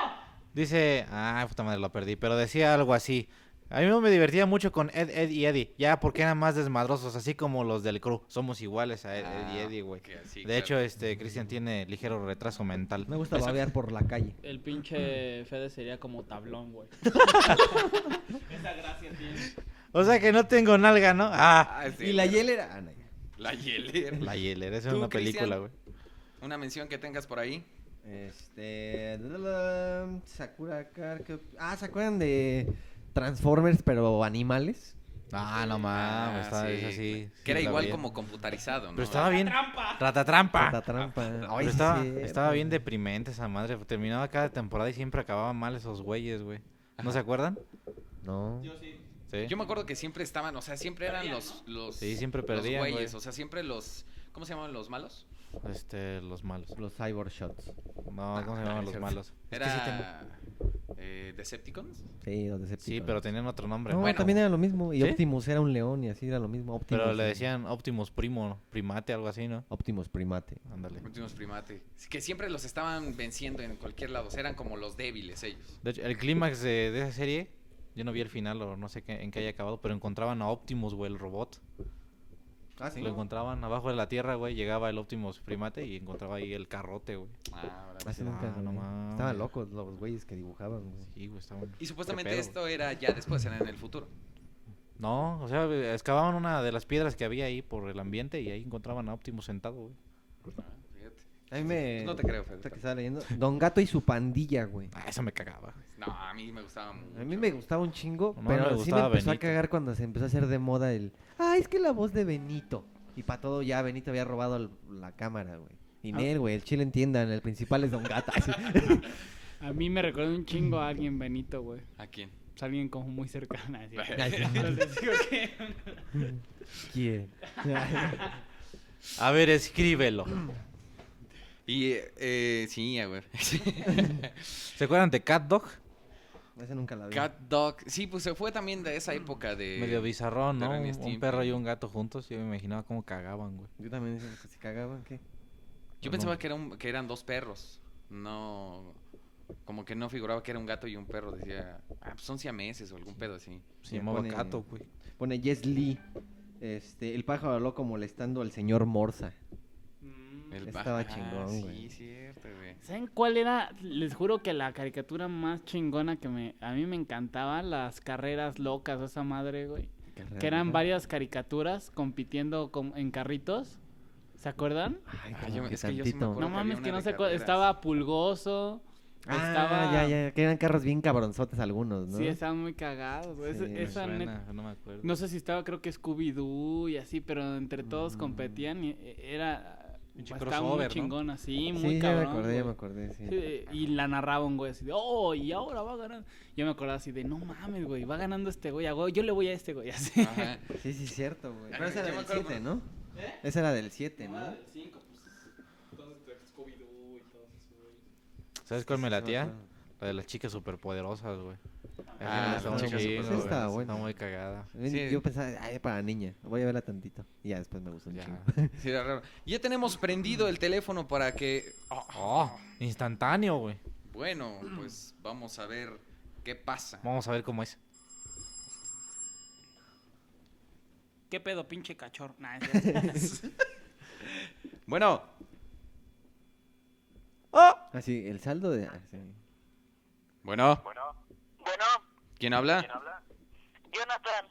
Speaker 3: Dice. Ah, puta madre, lo perdí. Pero decía algo así. A mí me divertía mucho con Ed, Ed y Eddie. Ya, porque eran más desmadrosos, así como los del crew. Somos iguales a Ed, Ed y
Speaker 1: Ah,
Speaker 3: Eddie, güey.
Speaker 1: que sí,
Speaker 3: de
Speaker 1: claro.
Speaker 3: hecho, este, Cristian tiene ligero retraso mental.
Speaker 2: Me gusta babear por la calle.
Speaker 4: El pinche Fede sería como tablón, güey. Esa gracia tiene.
Speaker 3: O sea que no tengo nalga, ¿no? Ah,
Speaker 1: Ah, sí,
Speaker 2: Y la
Speaker 1: pero-
Speaker 2: hielera. Ah, no, ya.
Speaker 1: La hielera.
Speaker 3: la hielera, esa es
Speaker 1: ¿Tú,
Speaker 3: una película,
Speaker 1: Cristian?
Speaker 3: güey.
Speaker 1: Una mención que tengas por ahí.
Speaker 2: Este. la, la, la, Sakura Car. ¿qué op- Ah, ¿se acuerdan de Transformers, pero animales?
Speaker 3: Ah, no mames, estaba- es así.
Speaker 1: Que
Speaker 3: sí,
Speaker 1: era
Speaker 3: la
Speaker 1: igual
Speaker 3: vi.
Speaker 1: como computarizado, ¿no?
Speaker 3: Pero estaba bien. Ratatrampa.
Speaker 2: Tanta trampa. Ay,
Speaker 3: Pero
Speaker 2: sí,
Speaker 3: estaba,
Speaker 2: cierto,
Speaker 3: estaba bien
Speaker 2: güey.
Speaker 3: deprimente esa madre. Terminaba cada temporada y siempre acababan mal esos güeyes, güey. ¿No se acuerdan?
Speaker 2: No.
Speaker 3: Sí.
Speaker 1: Yo me acuerdo que siempre estaban, o sea, siempre eran los, los...
Speaker 3: Sí, siempre
Speaker 1: los
Speaker 3: perdían, güey.
Speaker 1: güeyes, o sea, siempre los... ¿Cómo se llamaban los malos?
Speaker 3: Este, los malos.
Speaker 2: Los Cyber Shots.
Speaker 3: No, ¿cómo se llamaban los malos? Ah, Es que sí tengo-
Speaker 1: Era... eh, ¿Decepticons?
Speaker 2: Sí, los Decepticons.
Speaker 3: Sí, pero tenían otro nombre.
Speaker 2: No,
Speaker 1: Bueno.
Speaker 2: también era lo mismo. Y
Speaker 3: ¿Sí?
Speaker 2: Optimus era un león y así era lo mismo. Optimus,
Speaker 3: Pero le
Speaker 2: eh,
Speaker 3: decían Optimus Primo, primate, algo así, ¿no?
Speaker 2: Optimus primate.
Speaker 3: Ándale.
Speaker 1: Últimos primate. Sí, Que siempre los estaban venciendo en cualquier lado, o sea, eran como los débiles ellos.
Speaker 3: De hecho, [LAUGHS] el clímax de, de esa serie, yo no vi el final o no sé qué- en qué haya acabado, pero encontraban a Optimus, güey, el robot.
Speaker 2: Ah, sí.
Speaker 3: Lo encontraban abajo de la tierra, güey. Llegaba el Optimus Primate y encontraba ahí el carrote, güey.
Speaker 1: Ah, ahora
Speaker 2: Así
Speaker 1: sí.
Speaker 2: nunca,
Speaker 3: Ah, no
Speaker 2: güey.
Speaker 3: mames.
Speaker 2: Estaban locos los güeyes que dibujaban. güey.
Speaker 3: Sí, güey, estaban...
Speaker 1: y supuestamente
Speaker 3: qué pedo,
Speaker 1: esto era ya después, era en el futuro.
Speaker 3: No, o sea, eh, excavaban una de las piedras que había ahí por el ambiente y ahí encontraban a Optimus sentado, güey.
Speaker 1: Fíjate.
Speaker 2: A mí me.
Speaker 1: No te creo, Fede.
Speaker 2: ahorita que estaba leyendo. Don Gato y su pandilla, güey.
Speaker 3: Ah, eso me cagaba. güey.
Speaker 1: No, a mí me gustaba mucho.
Speaker 2: A mí me gustaba un chingo,
Speaker 3: No, no,
Speaker 2: pero
Speaker 3: me
Speaker 2: sí me
Speaker 3: gustaba
Speaker 2: empezó
Speaker 3: Benito.
Speaker 2: a cagar cuando se empezó a hacer de moda el. Ah, es que la voz de Benito. Y para todo ya Benito había robado el- la cámara, güey. Y
Speaker 4: Ah.
Speaker 2: Nel, güey, el chile entiendan, el principal es Don Gato. así.
Speaker 4: A mí me recuerda un chingo a alguien Benito, güey.
Speaker 1: ¿A quién?
Speaker 4: Es alguien como muy cercano. así.
Speaker 2: Ay,
Speaker 4: Pero les digo que-
Speaker 2: ¿Quién?
Speaker 3: A ver, escríbelo.
Speaker 1: Y, eh, eh, sí, a ver. [LAUGHS]
Speaker 3: ¿Se acuerdan de Cat Dog?
Speaker 2: Ese nunca la vi.
Speaker 1: Cat Dog. Sí, pues se fue también de esa época
Speaker 2: Eh,
Speaker 1: de...
Speaker 3: Medio bizarrón, ¿no?
Speaker 1: Ren y
Speaker 3: Un,
Speaker 1: Stimpy.
Speaker 3: un perro y un gato juntos. Yo me imaginaba cómo cagaban, güey.
Speaker 2: Yo también decía que se cagaban, ¿qué?
Speaker 1: Yo
Speaker 3: No.
Speaker 1: pensaba que, era un- que eran dos perros. No... Como que no figuraba que era un gato y un perro. Decía, ah, pues son siameses o algún pedo así.
Speaker 3: Se
Speaker 2: Me
Speaker 3: llamaba
Speaker 2: pone-
Speaker 3: Cato, güey.
Speaker 2: Pone Jess Lee. Este, el pájaro loco molestando al señor Morsa.
Speaker 4: Mm.
Speaker 1: El
Speaker 2: Estaba
Speaker 1: ah,
Speaker 2: chingón, güey.
Speaker 1: Sí, cierto, güey.
Speaker 4: ¿Saben cuál era? Les juro que la caricatura más chingona que me, a mí me encantaba, las carreras locas, esa madre, güey. Que eran varias caricaturas compitiendo con- en carritos. ¿Se acuerdan?
Speaker 2: Ay,
Speaker 1: Ah,
Speaker 2: como
Speaker 1: yo-
Speaker 2: que
Speaker 1: es que yo sí me
Speaker 2: tantito.
Speaker 1: acuerdo.
Speaker 4: No
Speaker 1: que había
Speaker 4: mames,
Speaker 1: una
Speaker 4: que no
Speaker 1: de
Speaker 4: se acuerdan.
Speaker 1: carreras.
Speaker 4: Estaba Pulgoso. estaba...
Speaker 2: Ah, ya, ya, que eran carros bien cabronzotes algunos, ¿no?
Speaker 4: Sí, estaban muy cagados. güey. Ese-
Speaker 2: Sí, me
Speaker 3: Me
Speaker 4: esa neta-
Speaker 3: suena, no me acuerdo.
Speaker 4: No sé si estaba, creo que Scooby-Doo y así, pero entre todos competían y e- era...
Speaker 3: Pinche
Speaker 4: Estaba muy
Speaker 3: crossover, ¿no?
Speaker 4: chingona, sí, muy
Speaker 2: Sí, ya
Speaker 4: cabrón.
Speaker 2: me acordé, ya
Speaker 4: güey.
Speaker 2: me acordé, sí.
Speaker 4: Sí, y la narraba un güey así de, oh, y ahora va ganando. Yo me acordaba así de, no mames, güey, va ganando este güey, a huevo, yo le voy a este güey, [LAUGHS] así.
Speaker 1: Ajá.
Speaker 2: Sí, sí, cierto, güey.
Speaker 1: Ah,
Speaker 2: Pero esa
Speaker 1: yo
Speaker 2: era
Speaker 1: me
Speaker 2: del
Speaker 1: acuerdo
Speaker 2: 7,
Speaker 1: cuando-
Speaker 2: ¿no? Esa era del 7, ¿no?
Speaker 3: ¿Sabes cuál me
Speaker 2: Sí, sí,
Speaker 3: latía?
Speaker 2: me acuerdo.
Speaker 3: La de las chicas superpoderosas, güey.
Speaker 1: Ah,
Speaker 3: Esa
Speaker 1: la
Speaker 3: muy
Speaker 1: chica
Speaker 3: chida,
Speaker 1: superpoderosa.
Speaker 3: güey.
Speaker 2: Estaba buena.
Speaker 3: Está muy cagada.
Speaker 2: Ven,
Speaker 1: Sí.
Speaker 2: Yo pensaba, ay, para niña, voy a verla tantito. Y ya después me gustó un
Speaker 3: Ya.
Speaker 2: chingo.
Speaker 1: Sí, era raro. Ya tenemos prendido el teléfono para que...
Speaker 5: Ah.
Speaker 1: Oh,
Speaker 3: Oh, instantáneo, güey.
Speaker 1: Bueno, pues vamos a ver qué pasa.
Speaker 3: Vamos a ver cómo es.
Speaker 4: ¿Qué pedo, pinche cachorro? Nah, es [LAUGHS]
Speaker 1: Bueno,
Speaker 2: Así, el saldo de. ah, sí.
Speaker 1: bueno,
Speaker 5: Bueno. Bueno,
Speaker 1: ¿quién habla?
Speaker 5: ¿quién habla? [LAUGHS] Jonathan.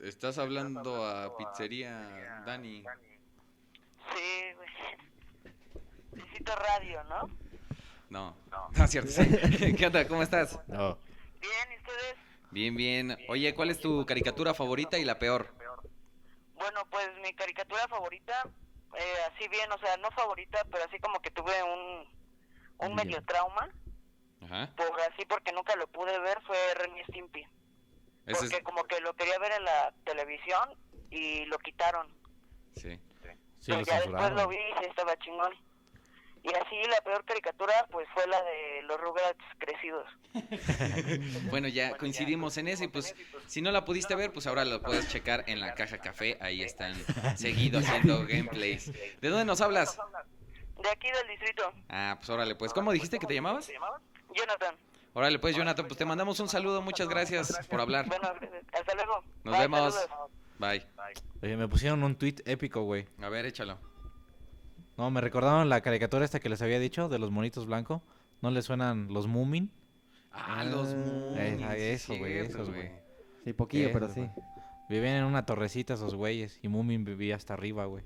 Speaker 1: Estás hablando a Pizzería
Speaker 5: Dani.
Speaker 1: Dani.
Speaker 5: Sí, güey. Necesito radio, ¿no?
Speaker 1: No,
Speaker 5: No.
Speaker 1: no es cierto. [LAUGHS] ¿Qué onda? ¿Cómo estás?
Speaker 3: No.
Speaker 5: Bien, ¿y ustedes?
Speaker 1: Bien, bien. Oye, ¿cuál es tu caricatura favorita y la peor?
Speaker 5: Bueno, pues mi caricatura favorita, eh, así bien, o sea, no favorita, pero así como que tuve un,
Speaker 2: Bien.
Speaker 5: un medio trauma,
Speaker 1: Ajá.
Speaker 5: por así porque nunca lo pude ver, fue Ren y Stimpy.
Speaker 1: Ese
Speaker 5: Porque
Speaker 1: es...
Speaker 5: como que lo quería ver en la televisión y lo quitaron.
Speaker 1: Sí.
Speaker 3: Sí,
Speaker 5: Pero
Speaker 3: lo
Speaker 5: ya después lo
Speaker 3: censuraron.
Speaker 5: vi y sí estaba chingón. Y así la peor caricatura pues fue la de los Rugrats crecidos.
Speaker 1: Bueno, ya coincidimos en eso y pues si no la pudiste ver, pues ahora la puedes checar en la caja café. Ahí están seguido haciendo gameplays. ¿De dónde nos hablas?
Speaker 5: De aquí del distrito.
Speaker 1: Ah, pues órale, pues. ¿Cómo dijiste que te llamabas?
Speaker 5: Jonathan.
Speaker 1: Órale, pues, Jonathan, pues te mandamos un saludo. Muchas gracias por hablar.
Speaker 5: Bueno, gracias. hasta luego.
Speaker 1: Ah. Nos
Speaker 5: Bye,
Speaker 1: vemos.
Speaker 5: saludos.
Speaker 1: Bye.
Speaker 3: Oye, me pusieron un tweet épico, güey.
Speaker 1: A ver, échalo.
Speaker 3: No, me recordaron la caricatura esta que les había dicho de los monitos blancos. ¿No les suenan los Moomin?
Speaker 1: Ah, los
Speaker 2: Ah,
Speaker 1: Moonies,
Speaker 3: ah,
Speaker 1: sí,
Speaker 3: eso, güey,
Speaker 1: cierto,
Speaker 3: esos, güey.
Speaker 2: Sí, poquillo,
Speaker 3: Eso,
Speaker 2: pero sí.
Speaker 3: güey. Vivían en una torrecita esos güeyes. Y Moomin vivía hasta arriba, güey.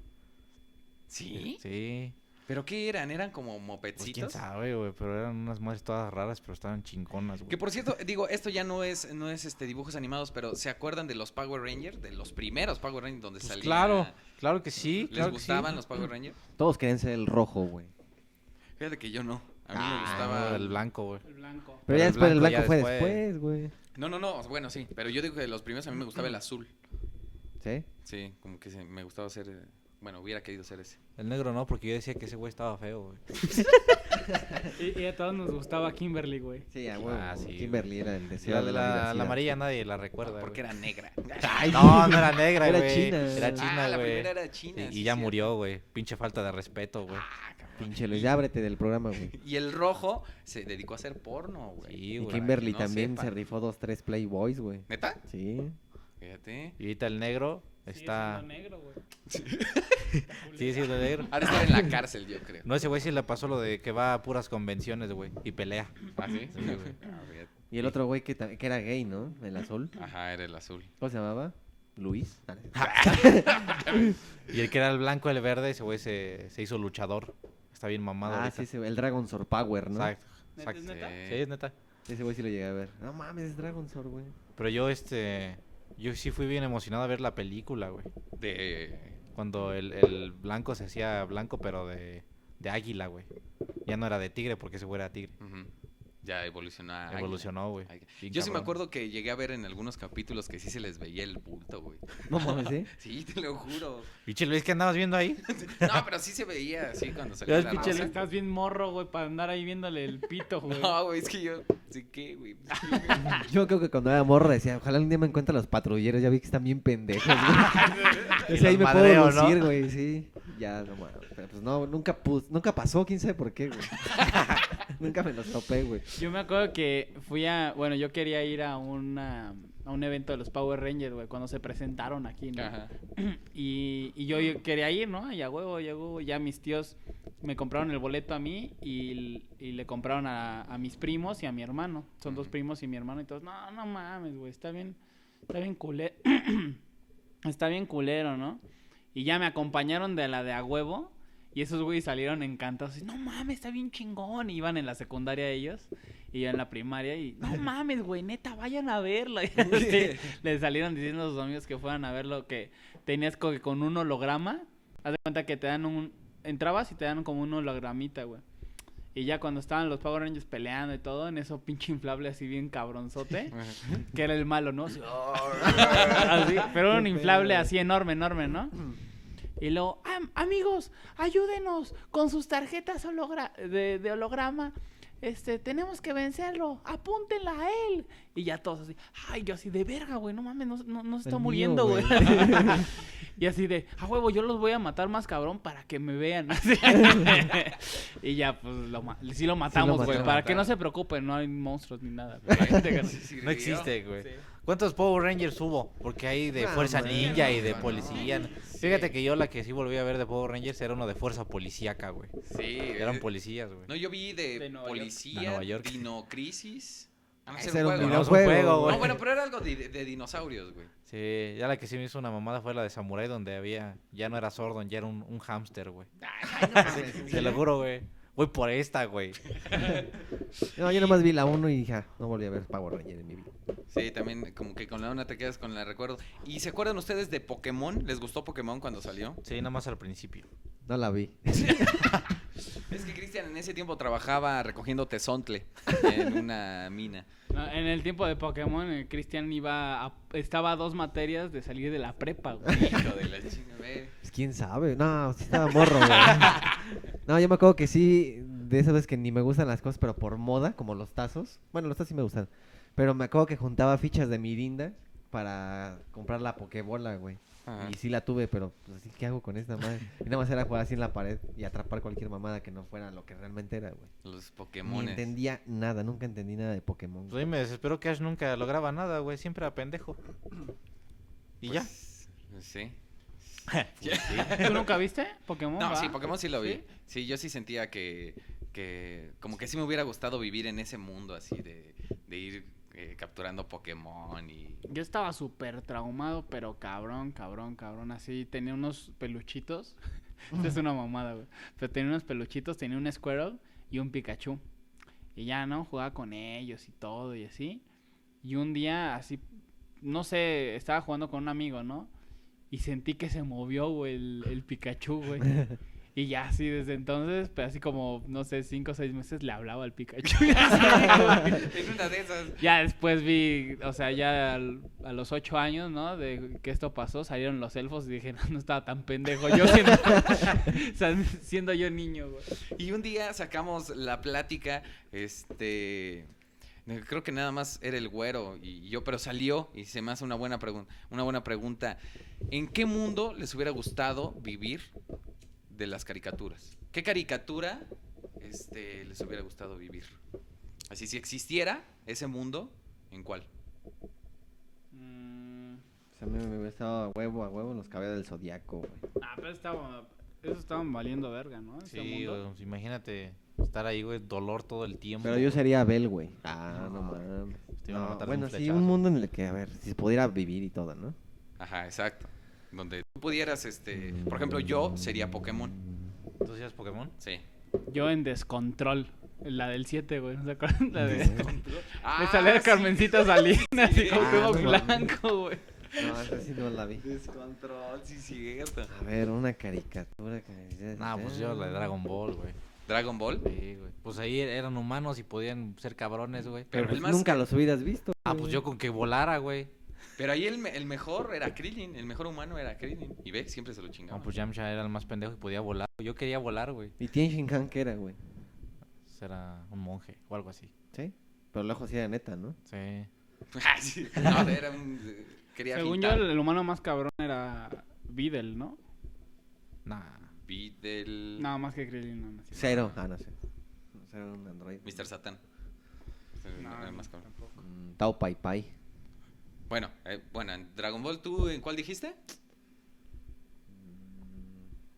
Speaker 1: ¿Sí?
Speaker 3: Sí.
Speaker 1: ¿Pero qué eran? ¿Eran como
Speaker 3: Pues quién
Speaker 1: mopedcitos?
Speaker 3: sabe, güey. Pero eran unas madres todas raras, pero estaban chingonas, güey.
Speaker 1: que por cierto, digo, esto ya no es, no es este dibujos animados, pero ¿se acuerdan de los Power Rangers? De los primeros Power Rangers donde
Speaker 3: Pues
Speaker 1: salían.
Speaker 3: claro, claro que sí.
Speaker 1: ¿Les
Speaker 3: claro que sí.
Speaker 1: gustaban los Power Rangers?
Speaker 2: Todos querían ser el rojo, güey.
Speaker 1: Fíjate que yo no. A mí
Speaker 3: Ah,
Speaker 1: me gustaba.
Speaker 3: no, el blanco, güey.
Speaker 4: el blanco.
Speaker 2: Pero
Speaker 3: Pero
Speaker 2: ya
Speaker 3: el
Speaker 2: después el
Speaker 3: blanco
Speaker 2: blanco
Speaker 3: ya
Speaker 2: fue
Speaker 3: después.
Speaker 2: después, güey.
Speaker 1: No, no, no. Bueno, sí. Pero yo digo que de los primeros a mí me gustaba
Speaker 3: Mm.
Speaker 1: el azul.
Speaker 2: ¿Sí?
Speaker 1: Sí, como que se- me gustaba ser. eh, Bueno, hubiera querido ser ese.
Speaker 3: El negro no, porque yo decía que ese güey estaba feo, güey.
Speaker 4: Y, y a todos nos gustaba Kimberly, güey.
Speaker 2: Sí, a
Speaker 3: Ah,
Speaker 2: huevo.
Speaker 3: sí, güey.
Speaker 2: Kimberly era el
Speaker 3: Sí, la,
Speaker 2: deseo de
Speaker 3: la,
Speaker 2: la,
Speaker 3: la
Speaker 2: diversidad.
Speaker 3: amarilla nadie la recuerda,
Speaker 1: Ah, Porque
Speaker 3: güey.
Speaker 1: era
Speaker 3: [LAUGHS]
Speaker 1: negra.
Speaker 3: No, no era negra,
Speaker 2: Era
Speaker 3: güey.
Speaker 2: china.
Speaker 3: Era
Speaker 2: Ah,
Speaker 3: china,
Speaker 1: ah, la
Speaker 3: güey.
Speaker 1: primera era china. sí,
Speaker 3: Sí, y ya
Speaker 1: cierto.
Speaker 3: murió, güey. Pinche falta de respeto, güey.
Speaker 2: Pinche Luis, ya ábrete del programa, güey.
Speaker 1: Y el rojo se dedicó a hacer porno, güey.
Speaker 3: Sí,
Speaker 2: Y
Speaker 3: güey.
Speaker 2: Kimberly
Speaker 1: no
Speaker 2: también
Speaker 1: sepa.
Speaker 2: se rifó dos, tres Playboys, güey.
Speaker 1: ¿Neta?
Speaker 2: Sí.
Speaker 1: Fíjate.
Speaker 3: Y ahorita el negro Está.
Speaker 4: negro, güey.
Speaker 3: Sí, sí, lo negro.
Speaker 1: Ha de estar en la cárcel, yo creo.
Speaker 3: No, ese güey sí le pasó lo de que va a puras convenciones, güey. Y pelea.
Speaker 1: ¿Ah, [LAUGHS] sí?
Speaker 3: Sí, güey.
Speaker 1: A ver.
Speaker 2: Y el otro güey que, ta- que era gay, ¿no? El azul.
Speaker 1: Ajá, era el azul.
Speaker 2: ¿Cómo se llamaba? Luis. Ah, no.
Speaker 3: Y el que era el blanco, el verde, ese güey se, se hizo luchador. Está bien mamado.
Speaker 2: Ah,
Speaker 3: ahorita.
Speaker 2: sí, ese güey, el Dragon Sword Power, ¿no?
Speaker 3: Exacto.
Speaker 4: ¿Neta, es
Speaker 3: exacto.
Speaker 4: neta?
Speaker 3: Sí, es neta.
Speaker 2: Ese güey sí lo llegué a ver. No mames, es Dragon Sword, güey.
Speaker 3: Pero yo, este. Yo sí fui bien emocionado a ver la película, güey.
Speaker 1: De...
Speaker 3: Cuando el, el blanco se hacía blanco, pero de, de águila, güey. Ya no era de tigre, porque ese güey era tigre.
Speaker 1: Ujú. Ya evolucionó. a Ah, águila.
Speaker 3: Evolucionó, güey.
Speaker 1: Águila.
Speaker 3: Bien
Speaker 1: Yo sí me
Speaker 3: cabrón.
Speaker 1: acuerdo que llegué a ver en algunos capítulos que sí se les veía el bulto, güey.
Speaker 2: No mames, [LAUGHS] ¿eh?
Speaker 1: Sí, [LAUGHS] te lo
Speaker 4: [LAUGHS]
Speaker 1: juro.
Speaker 3: Pinche Luis, ¿qué andabas viendo ahí?
Speaker 1: No, pero sí se veía así cuando
Speaker 4: Ya
Speaker 1: salía
Speaker 4: ves,
Speaker 1: la
Speaker 4: pinche,
Speaker 1: raza.
Speaker 4: estás bien morro, güey, para andar ahí viéndole el
Speaker 1: [LAUGHS]
Speaker 4: pito, güey.
Speaker 1: No, güey, es que yo... Sí, ¿qué, güey?
Speaker 3: [LAUGHS]
Speaker 2: Yo creo que cuando era morro decía, ojalá un día me encuentre a los patrulleros, ya vi que están bien pendejos, [LAUGHS] güey.
Speaker 3: Y
Speaker 2: Decía, ahí
Speaker 3: los
Speaker 2: me
Speaker 3: madreo,
Speaker 2: puedo
Speaker 3: ¿no?
Speaker 2: lucir, güey, sí. Ya, no mames. Pero pues no, nunca, pus- nunca pasó, quién sabe por qué, [LAUGHS] güey. nunca me los topé, güey.
Speaker 4: Yo me acuerdo que fui a, bueno, yo quería ir a una a un evento de los Power Rangers, güey, cuando se presentaron aquí, ¿no?
Speaker 1: Ajá.
Speaker 4: Y, y yo, yo quería ir, ¿no? Ay, a huevo, ya huevo. Ya mis tíos me compraron el boleto a mí y, y le compraron a, a mis primos y a mi hermano. Son dos
Speaker 1: Ujú.
Speaker 4: primos y mi hermano. Y todos, no, no mames, güey, está bien, está bien culero. [CLEARS THROAT] está bien culero, ¿no? Y ya me acompañaron de la de a huevo. Y esos güeyes salieron encantados. y, No mames, está bien chingón. Y iban en la secundaria ellos. Y yo en la primaria. Y no mames, güey, neta, vayan a verlo. [LAUGHS] Y así, les salieron diciendo a sus amigos que fueran a verlo. Que tenías co- con un holograma. Haz de cuenta que te dan un. Entrabas y te dan como un hologramita, güey. Y ya cuando estaban los Power Rangers peleando y todo, en eso pinche inflable así bien cabronzote, que era el malo, ¿no? Así, [LAUGHS] así, pero era un
Speaker 2: Qué
Speaker 4: inflable
Speaker 2: pedo.
Speaker 4: así enorme, enorme, ¿no? Y luego, "Am- amigos, ayúdenos con sus tarjetas hologra- de, de holograma. Este, tenemos que vencerlo, apúntenla a él. Y ya todos así, ay, yo así de verga, güey, no mames, no, no, no se
Speaker 2: El
Speaker 4: está
Speaker 2: mío,
Speaker 4: muriendo, güey.
Speaker 2: güey.
Speaker 4: [LAUGHS] y así de, a huevo, yo los voy a matar más cabrón para que me vean. [LAUGHS] Así. y ya, pues, lo ma- sí lo matamos, güey,
Speaker 2: mataron.
Speaker 4: para que no se preocupen, no hay monstruos ni nada.
Speaker 1: [LAUGHS]
Speaker 4: güey.
Speaker 1: Sí,
Speaker 3: No existe, güey.
Speaker 4: Sí.
Speaker 3: ¿Cuántos Power Rangers hubo? Porque hay de
Speaker 2: No,
Speaker 3: Fuerza
Speaker 2: man.
Speaker 3: Ninja y de
Speaker 1: No,
Speaker 3: Policía.
Speaker 1: no.
Speaker 3: Fíjate que yo la que sí volví a ver de Power Rangers era uno de Fuerza Policíaca, güey.
Speaker 1: Sí.
Speaker 3: Eran
Speaker 1: eh,
Speaker 3: policías, güey.
Speaker 1: No, yo vi de,
Speaker 4: De Nueva York.
Speaker 1: Policía,
Speaker 3: De Nueva York.
Speaker 1: Dinocrisis. Ah, no,
Speaker 2: Ese
Speaker 1: ese
Speaker 2: era un
Speaker 1: juego, ¿no?
Speaker 3: videojuego,
Speaker 2: videojuego,
Speaker 3: güey.
Speaker 1: No, bueno, pero era algo de, de dinosaurios, güey.
Speaker 3: Sí, ya la que sí me hizo una mamada fue la de Samurai, donde había. Ya no era Sordon, ya era un, un hámster, güey. Te lo juro, güey. Voy por esta, güey.
Speaker 2: No, yo nomás vi la 1 y ya, no volví a ver Power Ranger en mi vida.
Speaker 1: Sí, también como que con la una te quedas con la recuerdo. ¿Y se acuerdan ustedes de Pokémon? ¿Les gustó Pokémon cuando salió?
Speaker 3: Sí, nada más al principio.
Speaker 2: No la vi.
Speaker 1: Es que Cristian en ese tiempo trabajaba recogiendo tesontle [LAUGHS] en una mina.
Speaker 4: No, en el tiempo de Pokémon, el Cristian iba a- estaba a dos materias de salir de la prepa, güey.
Speaker 1: Hijo de la chinga, güey.
Speaker 2: Pues quién sabe. No, sí estaba morro, güey. No, yo me acuerdo que sí, de esas veces que ni me gustan las cosas, pero por moda, como los tazos. Bueno, los tazos sí me gustan. Pero me acuerdo que juntaba fichas de Mirinda para comprar la Pokébola, güey.
Speaker 1: Ajá.
Speaker 2: Y sí la tuve, pero pues así, ¿qué hago con esta madre? Y nada más era jugar así en la pared y atrapar cualquier mamada que no fuera lo que realmente era, güey.
Speaker 1: Los
Speaker 2: No
Speaker 1: Pokémon.
Speaker 2: entendía nada, nunca entendí nada de Pokémon.
Speaker 3: Pues a mí me desesperó que Ash nunca lograba nada, güey. Siempre era pendejo. Y ya.
Speaker 1: Pues, [LAUGHS] Sí.
Speaker 4: ¿Tú nunca viste Pokémon?
Speaker 1: No,
Speaker 4: va?
Speaker 1: sí, Pokémon sí lo vi.
Speaker 4: ¿Sí?
Speaker 1: ¿Sí? yo sí sentía que, que como que sí me hubiera gustado vivir en ese mundo así de, de ir eh, capturando Pokémon y... [LAUGHS]
Speaker 4: Yo estaba súper traumado, pero cabrón, cabrón, cabrón. Así tenía unos peluchitos. [LAUGHS] Esta es una mamada, güey. Pero tenía unos peluchitos, tenía un Squirrel y un Pikachu. Y ya, ¿no? Jugaba con ellos y todo y así. Y un día, así, no sé, estaba jugando con un amigo, ¿no? Y sentí que se movió, güey, el, el Pikachu, güey. Y ya, así, desde entonces, pues, así como, no sé, cinco o seis meses le hablaba al Pikachu. [LAUGHS]
Speaker 1: en una de esas...
Speaker 4: Ya después vi, o sea, ya al- a los ocho años, ¿no? De que esto pasó, salieron los elfos y dije, no, no estaba tan pendejo
Speaker 1: [LAUGHS]
Speaker 4: yo siendo, o sea, siendo yo niño, güey.
Speaker 1: Y un día sacamos la plática, este... Creo que nada más era el güero y yo, pero salió y se me hace una buena, pregun- una buena pregunta. ¿En qué mundo les hubiera gustado vivir de las caricaturas? ¿Qué caricatura este, les hubiera gustado vivir? Así, si existiera ese mundo, ¿en cuál?
Speaker 4: Mm,
Speaker 2: a mí me gustaba a huevo, a huevo los cabellos del zodiaco, güey.
Speaker 4: Ah, pero estaba, eso estaban valiendo verga, ¿no? Este
Speaker 3: Sí,
Speaker 4: mundo.
Speaker 3: güey, pues imagínate estar ahí, güey, dolor todo el tiempo.
Speaker 2: Pero yo sería Abel, güey. Ah, no, mames.
Speaker 3: Te iban a
Speaker 2: No,
Speaker 3: matar de
Speaker 2: bueno,
Speaker 3: un
Speaker 2: sí,
Speaker 3: flechazo.
Speaker 2: un mundo en el que, a ver, si pudiera vivir y todo, ¿no?
Speaker 1: Ajá, exacto. Donde tú pudieras, este. Por ejemplo, yo sería Pokémon.
Speaker 3: ¿Tú seas Pokémon?
Speaker 1: Sí.
Speaker 4: Yo en descontrol. La del 7, güey. ¿No se acuerdan? La de.
Speaker 1: Ah,
Speaker 4: [LAUGHS] Me salía de
Speaker 1: sí.
Speaker 4: Carmencita Salinas y con
Speaker 2: Ah,
Speaker 4: Cuauhtémoc
Speaker 2: no mames.
Speaker 4: Blanco, güey.
Speaker 2: [LAUGHS] No, esa sí no la vi.
Speaker 1: Descontrol, sí, cierto.
Speaker 2: A ver, una caricatura que me dices, "Ah".
Speaker 3: No, pues yo la de Dragon Ball, güey.
Speaker 1: Dragon Ball.
Speaker 3: Sí, güey. Pues ahí eran humanos y podían ser cabrones, güey.
Speaker 2: Pero
Speaker 1: Pero el
Speaker 2: pues,
Speaker 1: más-
Speaker 2: nunca los hubieras visto.
Speaker 3: Ah, pues yo con que volara, güey.
Speaker 1: Pero ahí el, me- el mejor era Krillin, el mejor humano era Krillin. Y ve, siempre se lo
Speaker 3: No,
Speaker 1: chingaba.
Speaker 3: pues Yamcha era el más pendejo y podía volar. Yo quería volar, güey.
Speaker 2: ¿Y Tien Shin Han qué era, güey?
Speaker 3: Será un monje o algo así.
Speaker 2: ¿Sí? Pero luego sí era neta, ¿no?
Speaker 3: Sí.
Speaker 1: [LAUGHS] Ah, sí. No, era un. eh, Quería
Speaker 4: Según yo,
Speaker 1: fintar.
Speaker 4: el, el humano más cabrón era Videl, ¿no?
Speaker 3: Nah.
Speaker 1: Beedle,
Speaker 4: Nada más que Krillin, nada más.
Speaker 2: Cero. Ah, no sé. Cero era un android.
Speaker 1: Mr. Satan.
Speaker 4: No,
Speaker 1: No, era más cabrón.
Speaker 4: tampoco.
Speaker 2: Mm, Tao Pai Pai.
Speaker 1: Bueno, eh, bueno, en Dragon Ball, ¿tú en cuál dijiste?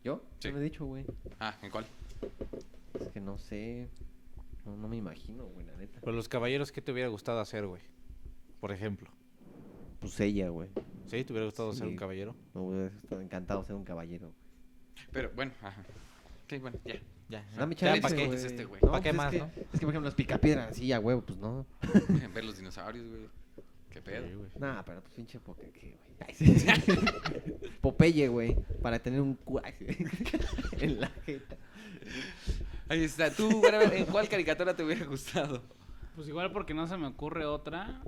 Speaker 2: ¿Yo?
Speaker 1: Sí.
Speaker 2: Sí. lo he dicho, güey.
Speaker 1: Ah, ¿en cuál?
Speaker 2: Es que no sé. No, no me imagino, güey, la neta.
Speaker 3: Pero los caballeros, ¿qué te hubiera gustado hacer, güey? Por ejemplo.
Speaker 2: Pues ella, güey.
Speaker 3: ¿Sí? ¿Te hubiera gustado ser un
Speaker 2: Sí.
Speaker 3: caballero?
Speaker 2: Me hubiera estado encantado ser un caballero.
Speaker 1: Pero bueno, ajá. Ok, bueno, ya.
Speaker 3: Ya.
Speaker 2: No, Ah, mi
Speaker 1: Ya
Speaker 2: chance,
Speaker 1: le paqué,
Speaker 2: güey.
Speaker 1: es este, güey.
Speaker 3: ¿Pa' qué
Speaker 2: pues es
Speaker 3: más,
Speaker 2: que,
Speaker 3: no?
Speaker 2: Es que, por ejemplo, los picapiedras, sí, a huevo, pues no.
Speaker 1: Ver los dinosaurios, güey. ¿Qué pedo?
Speaker 3: Sí, güey.
Speaker 2: Nah, pero pues pinche porque qué, güey. [LAUGHS] Ay, sí.
Speaker 3: [LAUGHS]
Speaker 2: Popeye, güey, para tener un cu ay,
Speaker 3: [LAUGHS]
Speaker 2: sí. en la jeta.
Speaker 1: Ahí está. ¿Tú, bueno, a ver, en cuál caricatura te hubiera gustado?
Speaker 4: Pues igual porque no se me ocurre otra.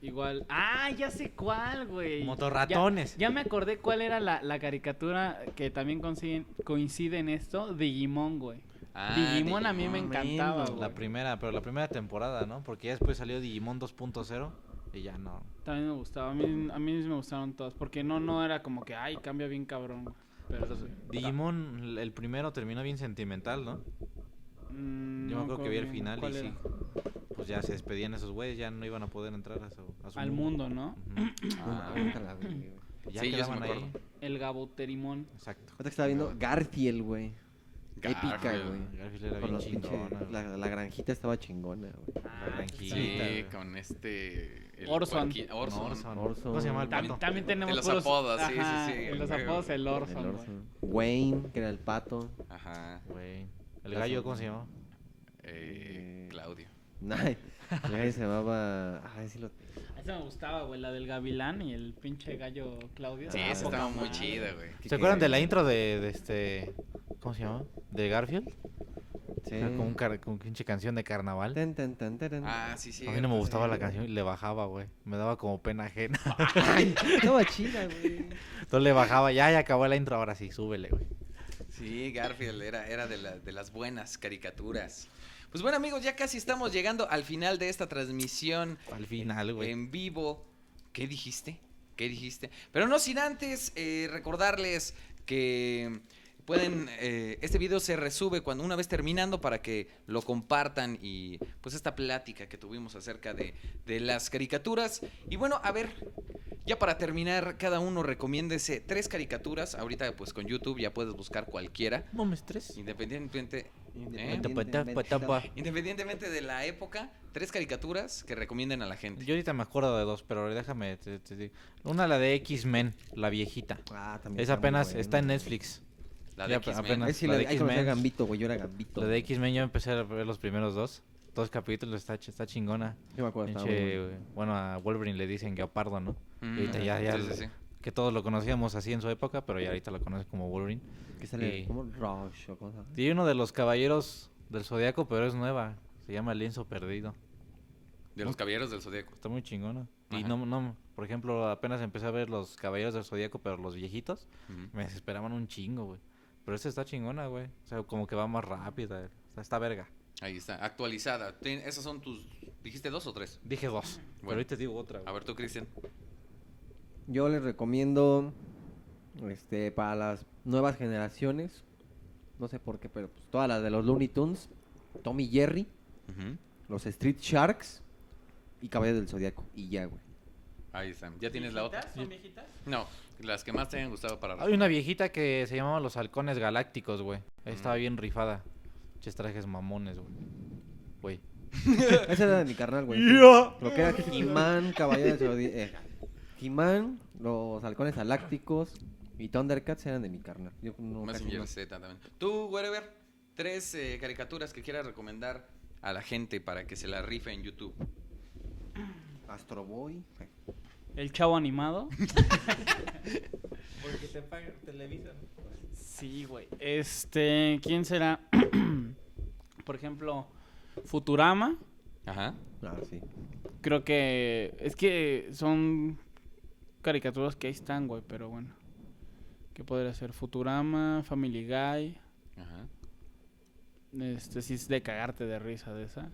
Speaker 4: Igual. Ah, ya sé cuál, güey.
Speaker 3: Motorratones.
Speaker 4: Ya, ya me acordé cuál era la, la caricatura que también consiguen- coincide en esto. Digimon, güey.
Speaker 1: Ah,
Speaker 4: Digimon a mí me
Speaker 2: Digimon,
Speaker 4: encantaba,
Speaker 2: menos.
Speaker 4: güey.
Speaker 3: La primera, pero la primera temporada, ¿no? Porque ya después salió Digimon 2.0 y ya no.
Speaker 4: También me gustaba. A mí, a mí me gustaron todas. Porque no, no era como que, ay, cambia bien cabrón, güey. Pero sí.
Speaker 3: Digimon, el- el primero terminó bien sentimental, ¿no?
Speaker 4: Mm,
Speaker 3: Yo
Speaker 4: no
Speaker 3: me acuerdo que vi el
Speaker 4: bien
Speaker 3: final
Speaker 4: cuál
Speaker 3: y
Speaker 4: era.
Speaker 3: sí. Pues ya se despedían esos güeyes, ya no iban a poder entrar a su, a su
Speaker 4: Al mundo, ¿no?
Speaker 3: Ujú.
Speaker 1: Ah,
Speaker 2: Nunca la vi, güey.
Speaker 3: Y Ya
Speaker 1: Sí, yo sí me
Speaker 3: quedaban ahí.
Speaker 1: acuerdo.
Speaker 4: El gaboterimón.
Speaker 3: Exacto.
Speaker 2: Ahorita que estaba viendo Garfield, güey.
Speaker 1: Ah,
Speaker 2: Épica,
Speaker 1: Garfield.
Speaker 2: güey.
Speaker 3: Garfield era
Speaker 2: Con
Speaker 3: bien
Speaker 2: los pinches-
Speaker 3: chingona. güey.
Speaker 2: la, la granjita estaba chingona, güey.
Speaker 4: Ah,
Speaker 3: granjita.
Speaker 1: Sí,
Speaker 3: güey.
Speaker 1: con este. el
Speaker 4: Orson.
Speaker 1: cualqui- Orson.
Speaker 3: Orson.
Speaker 2: Orson.
Speaker 3: ¿Cómo se llama el
Speaker 4: También,
Speaker 3: pato?
Speaker 4: también tenemos
Speaker 1: De los
Speaker 4: puros-
Speaker 1: apodos, sí, sí,
Speaker 4: ajá,
Speaker 1: sí,
Speaker 4: de los
Speaker 1: güey.
Speaker 4: apodos, el
Speaker 2: El
Speaker 4: Orson, güey.
Speaker 2: Orson. Wayne, que era el pato.
Speaker 1: Ajá.
Speaker 3: Güey. El gallo, ¿cómo se llama?
Speaker 1: Eh, Claudio.
Speaker 2: Nah, el gallo se llamaba. Ay, sí lo.
Speaker 4: Esa me gustaba, güey, la del gavilán y el pinche gallo Claudio.
Speaker 1: Sí,
Speaker 2: Ah,
Speaker 1: esa
Speaker 2: poca
Speaker 1: estaba muy chida, güey.
Speaker 3: ¿Se acuerdan de la intro de, de este. ¿Cómo se llama? De Garfield.
Speaker 2: Sí.
Speaker 3: Era Como un car- como pinche canción de carnaval.
Speaker 2: Tan, tan, tan, taran. [LAUGHS]
Speaker 1: Ah, sí, sí.
Speaker 3: A mí no me gustaba la canción y le bajaba, güey. Me daba como pena ajena. [LAUGHS]
Speaker 2: Estaba chida, güey.
Speaker 3: Entonces le bajaba, ya, ya acabó la intro, ahora sí, súbele, güey.
Speaker 1: Sí, Garfield era, era de, la- de las buenas caricaturas. Pues bueno, amigos, ya casi estamos llegando al final de esta transmisión
Speaker 3: Al final, güey.
Speaker 1: en vivo. ¿Qué dijiste? ¿Qué dijiste? Pero no sin antes eh, recordarles que pueden. eh, este video se resube cuando una vez terminando para que lo compartan y pues esta plática que tuvimos acerca de, de las caricaturas. Y bueno, a ver. Ya para terminar, cada uno recomiéndese tres caricaturas. Ahorita, pues con YouTube ya puedes buscar cualquiera.
Speaker 3: Momes tres.
Speaker 1: Independientemente, ¿eh?
Speaker 3: Pues,
Speaker 2: Independiente.
Speaker 1: independientemente de la época, tres caricaturas que recomienden a la gente.
Speaker 3: Yo ahorita me acuerdo de dos, pero déjame. te- te digo. Una, la de X-Men, la viejita.
Speaker 2: Ah, también.
Speaker 3: Esa
Speaker 2: está muy
Speaker 3: apenas
Speaker 2: buena.
Speaker 3: está en Netflix.
Speaker 1: La de
Speaker 3: Ya,
Speaker 1: X-Men.
Speaker 3: apenas.
Speaker 2: Ahí sí
Speaker 3: La
Speaker 2: la
Speaker 3: de
Speaker 2: de X-Men.
Speaker 3: X-Men.
Speaker 2: Gambito, güey. Yo era Gambito.
Speaker 3: La de
Speaker 2: güey.
Speaker 3: X-Men yo empecé a ver los primeros dos. Dos capítulos, está, ch- está chingona.
Speaker 2: Yo me acuerdo. estaba
Speaker 3: Pinche,
Speaker 2: muy buena.
Speaker 3: güey, bueno, a Wolverine le dicen Guepardo, ¿no?
Speaker 1: Mm,
Speaker 3: Y ahorita ya, ya
Speaker 1: sí, sí,
Speaker 3: lo-
Speaker 1: sí.
Speaker 3: Que todos lo conocíamos así en su época, pero ya ahorita lo conoces como Wolverine.
Speaker 2: Que sale
Speaker 3: Y-
Speaker 2: como Rush o cosas.
Speaker 3: Y uno de los caballeros del Zodíaco, pero es nueva. Se llama Lienzo Perdido.
Speaker 1: De los caballeros del Zodíaco.
Speaker 3: Está muy chingona. Y
Speaker 1: Ajá.
Speaker 3: no, no, por ejemplo, apenas empecé a ver los caballeros del Zodíaco, pero los viejitos,
Speaker 1: Ujú.
Speaker 3: me desesperaban un chingo, güey. Pero esta está chingona, güey. O sea, como que va más rápida. Está, está verga.
Speaker 1: Ahí está, actualizada. Ten- esas son tus. ¿Dijiste dos o tres?
Speaker 3: Dije dos. Pero
Speaker 1: Bueno.
Speaker 3: ahorita digo otra, güey.
Speaker 1: A ver, tú, Cristian.
Speaker 2: Yo les recomiendo. Este, para las nuevas generaciones. No sé por qué, pero pues todas las de los Looney Tunes. Tommy Jerry. Los Street Sharks. Y Caballeros del Zodiaco. Y ya, güey.
Speaker 1: Ahí están. ¿Ya tienes la otra?
Speaker 4: ¿Son viejitas?
Speaker 1: No, las que más te hayan gustado para
Speaker 3: Hay una viejita que se llamaba Los Halcones Galácticos, güey. Estaba bien rifada. Ches trajes mamones, güey. Güey.
Speaker 2: Esa era de mi carnal, güey. Lo que era He-Man, Caballero de Zodí- eh, He-Man, los halcones galácticos y Thundercats eran de mi carnal. Yo no, casi
Speaker 1: Messenger
Speaker 2: no.
Speaker 1: Z también. Tú, Wherever, tres eh, caricaturas que quieras recomendar a la gente para que se la rife en YouTube.
Speaker 2: Astro Boy.
Speaker 4: ¿El
Speaker 1: [LAUGHS]
Speaker 4: chavo animado?
Speaker 6: Porque te pagan, televisan.
Speaker 4: Sí, güey. Este, ¿quién será? [CLEARS THROAT] Por ejemplo, Futurama.
Speaker 1: Ajá.
Speaker 2: Ah, sí.
Speaker 4: Creo que es que son caricaturas que ahí están, güey, pero bueno. ¿Qué podría ser? Futurama, Family Guy.
Speaker 1: Ajá.
Speaker 4: Este, sí es de cagarte de risa de esa.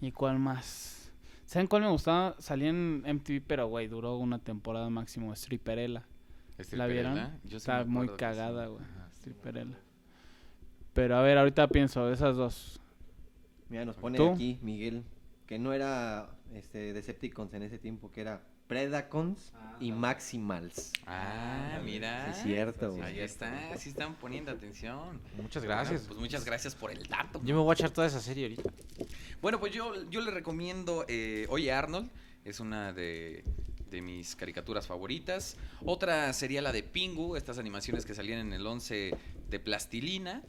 Speaker 4: ¿Y cuál más? ¿Saben cuál me gustaba? Salía en MTV, pero güey, duró una temporada máximo. Stripperella. ¿La vieron?
Speaker 1: Stripperella. Este, Yo sí
Speaker 4: Está
Speaker 1: me
Speaker 4: muy
Speaker 1: acuerdo que sí.
Speaker 4: cagada, güey.
Speaker 1: Ajá.
Speaker 4: Stripperella. Pero a ver, ahorita pienso, de esas dos.
Speaker 2: Mira, nos pone
Speaker 4: ¿Tú?
Speaker 2: aquí Miguel, que no era este, Decepticons en ese tiempo, que era Predacons y Maximals.
Speaker 1: Ah, mira.
Speaker 2: Sí, cierto, güey.
Speaker 1: Ahí está, sí están poniendo atención.
Speaker 3: Muchas gracias.
Speaker 1: Bueno, pues muchas gracias por el dato.
Speaker 3: Yo me voy a echar toda esa serie ahorita.
Speaker 1: Bueno, pues yo, yo le recomiendo eh, Oye Arnold, es una de, de mis caricaturas favoritas. Otra sería la de Pingu, estas animaciones que salían en el 11 de plastilina.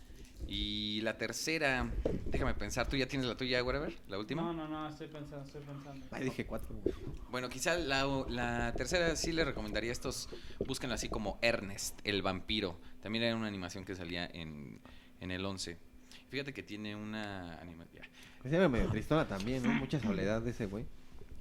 Speaker 1: Y la tercera, déjame pensar, ¿tú ya tienes la tuya, Wherever? ¿La última?
Speaker 4: no, no, estoy pensando, estoy pensando.
Speaker 2: Ahí
Speaker 1: Ah.
Speaker 2: dije cuatro, güey.
Speaker 1: Bueno, quizá la, la tercera sí le recomendaría estos, búsquenlo así como Ernest, el vampiro. También era una animación que salía en, en el 11. Fíjate que tiene una animación.
Speaker 2: Ese Pues era medio tristona también, ¿no? Mucha soledad de ese güey.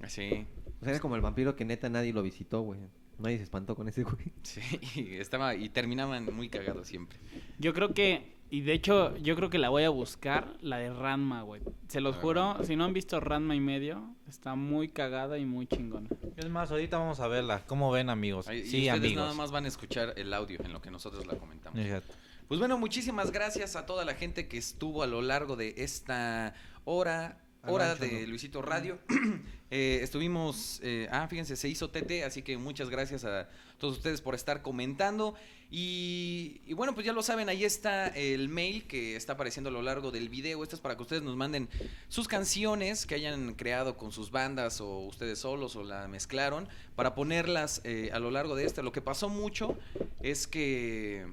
Speaker 1: Sí,
Speaker 2: O sea, era como el vampiro que neta nadie lo visitó, güey. Nadie se espantó con ese [LAUGHS] güey.
Speaker 1: sí, [LAUGHS] y estaba y terminaban muy cagados siempre.
Speaker 4: Yo creo que, y de hecho, yo creo que la voy a buscar, la de Ranma, güey. Se los
Speaker 1: Ah.
Speaker 4: juro, si no han visto Ranma y medio, está muy cagada y muy chingona.
Speaker 3: Es más, ahorita vamos a verla. ¿Cómo ven, amigos?
Speaker 1: Ay, y
Speaker 3: sí,
Speaker 1: ustedes
Speaker 3: amigos.
Speaker 1: nada más van a escuchar el audio en lo que nosotros la comentamos.
Speaker 3: Fíjate.
Speaker 1: Pues bueno, muchísimas gracias a toda la gente que estuvo a lo largo de esta hora.
Speaker 2: Ah,
Speaker 1: Hora
Speaker 2: mancha,
Speaker 1: de
Speaker 2: ¿no?
Speaker 1: Luisito Radio. [CLEARS THROAT] Eh, estuvimos, eh, ah, fíjense, se hizo TT, así que muchas gracias a todos ustedes por estar comentando. Y, y bueno, pues ya lo saben, ahí está el mail que está apareciendo a lo largo del video. Esto es para que ustedes nos manden sus canciones que hayan creado con sus bandas o ustedes solos o la mezclaron para ponerlas eh, a lo largo de esta. Lo que pasó mucho es que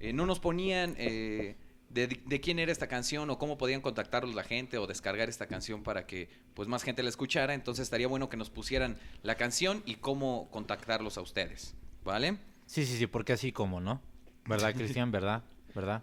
Speaker 1: eh, no nos ponían eh, de, de quién era esta canción o cómo podían contactarlos la gente o descargar esta canción para que pues más gente la escuchara. Entonces estaría bueno que nos pusieran la canción y cómo contactarlos a ustedes, ¿vale?
Speaker 3: Sí, sí, sí, porque así como, ¿no?
Speaker 1: [LAUGHS]
Speaker 3: ¿Verdad, Cristian? ¿Verdad? ¿Verdad?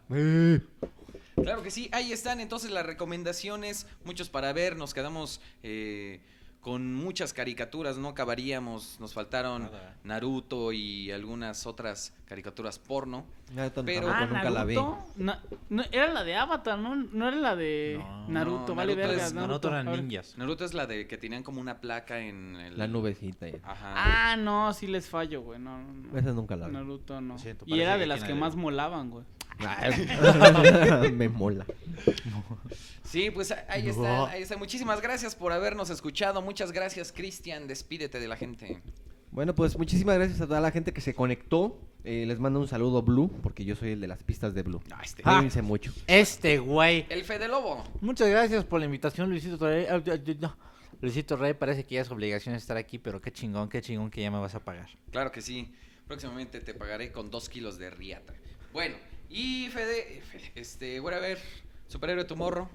Speaker 1: Claro que sí, ahí están entonces las recomendaciones, muchos para ver, nos quedamos eh, con muchas caricaturas, no acabaríamos, nos faltaron
Speaker 3: Nada.
Speaker 1: Naruto y algunas otras caricaturas porno.
Speaker 2: Naruto
Speaker 1: Pero-
Speaker 2: tampoco
Speaker 1: Ah,
Speaker 2: nunca la vi.
Speaker 4: Na- no, era la de Avatar, ¿no? No era la de
Speaker 3: No.
Speaker 4: Naruto,
Speaker 1: No,
Speaker 4: vale
Speaker 1: Naruto
Speaker 4: verga.
Speaker 1: es-
Speaker 3: Naruto eran
Speaker 4: a ver.
Speaker 3: ninjas. [LAUGHS]
Speaker 1: Naruto es la de que tenían como una placa en el-
Speaker 2: La nubecita. ya.
Speaker 1: Ajá.
Speaker 4: Ah, no, sí les fallo, güey. No, no, no.
Speaker 2: Esa nunca la vi.
Speaker 4: Naruto no.
Speaker 3: Siento,
Speaker 4: y era
Speaker 3: parece
Speaker 4: de
Speaker 3: que
Speaker 4: las
Speaker 3: tiene
Speaker 4: que
Speaker 3: de-
Speaker 4: más molaban, güey.
Speaker 2: [LAUGHS] Me mola.
Speaker 1: Sí, pues a- ahí está, ahí está. Muchísimas gracias por habernos escuchado. Muchas gracias, Cristian. Despídete de la gente.
Speaker 2: Bueno, pues muchísimas gracias a toda la gente que se conectó. Eh, les mando un saludo Blue, porque yo soy el de las pistas de Blue.
Speaker 1: Ah, este.
Speaker 2: Cuídense mucho.
Speaker 3: Este güey.
Speaker 1: El Fede Lobo.
Speaker 3: Muchas gracias por la invitación, Luisito Rey. Ah, ah, ah, no. Luisito Rey, parece que ya es obligación estar aquí, pero qué chingón, qué chingón que ya me vas a pagar.
Speaker 1: Claro que sí. Próximamente te pagaré con dos kilos de riata. Bueno, y Fede, eh, Fede, este, voy a ver, superhéroe tu morro.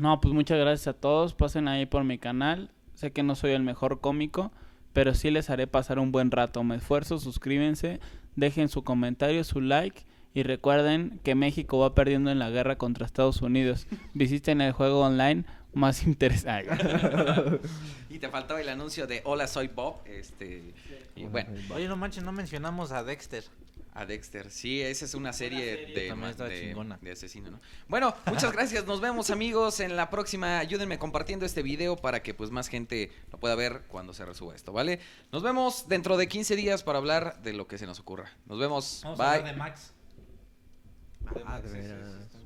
Speaker 4: No, pues muchas gracias a todos. Pasen ahí por mi canal. Sé que no soy el mejor cómico, pero sí les haré pasar un buen rato. Me esfuerzo, suscríbanse, dejen su comentario, su like y recuerden que México va perdiendo en la guerra contra Estados Unidos. Visiten el juego online más [LAUGHS] interesante.
Speaker 1: Y te faltaba el anuncio de Hola, soy Bob. Este, y bueno,
Speaker 3: Oye, no manches, no mencionamos a Dexter.
Speaker 1: a Dexter. Sí, esa es una serie, de,
Speaker 3: También
Speaker 1: ma-
Speaker 3: está
Speaker 1: de,
Speaker 3: chingona.
Speaker 1: de asesino, ¿no? Bueno, muchas gracias. Nos vemos, amigos, en la próxima. Ayúdenme compartiendo este video para que pues más gente lo pueda ver cuando se resuba esto, ¿vale? Nos vemos dentro de 15 días para hablar de lo que se nos ocurra. Nos vemos.
Speaker 3: Vamos a
Speaker 1: Bye.
Speaker 3: hablar de Max.
Speaker 2: Ah, de veras.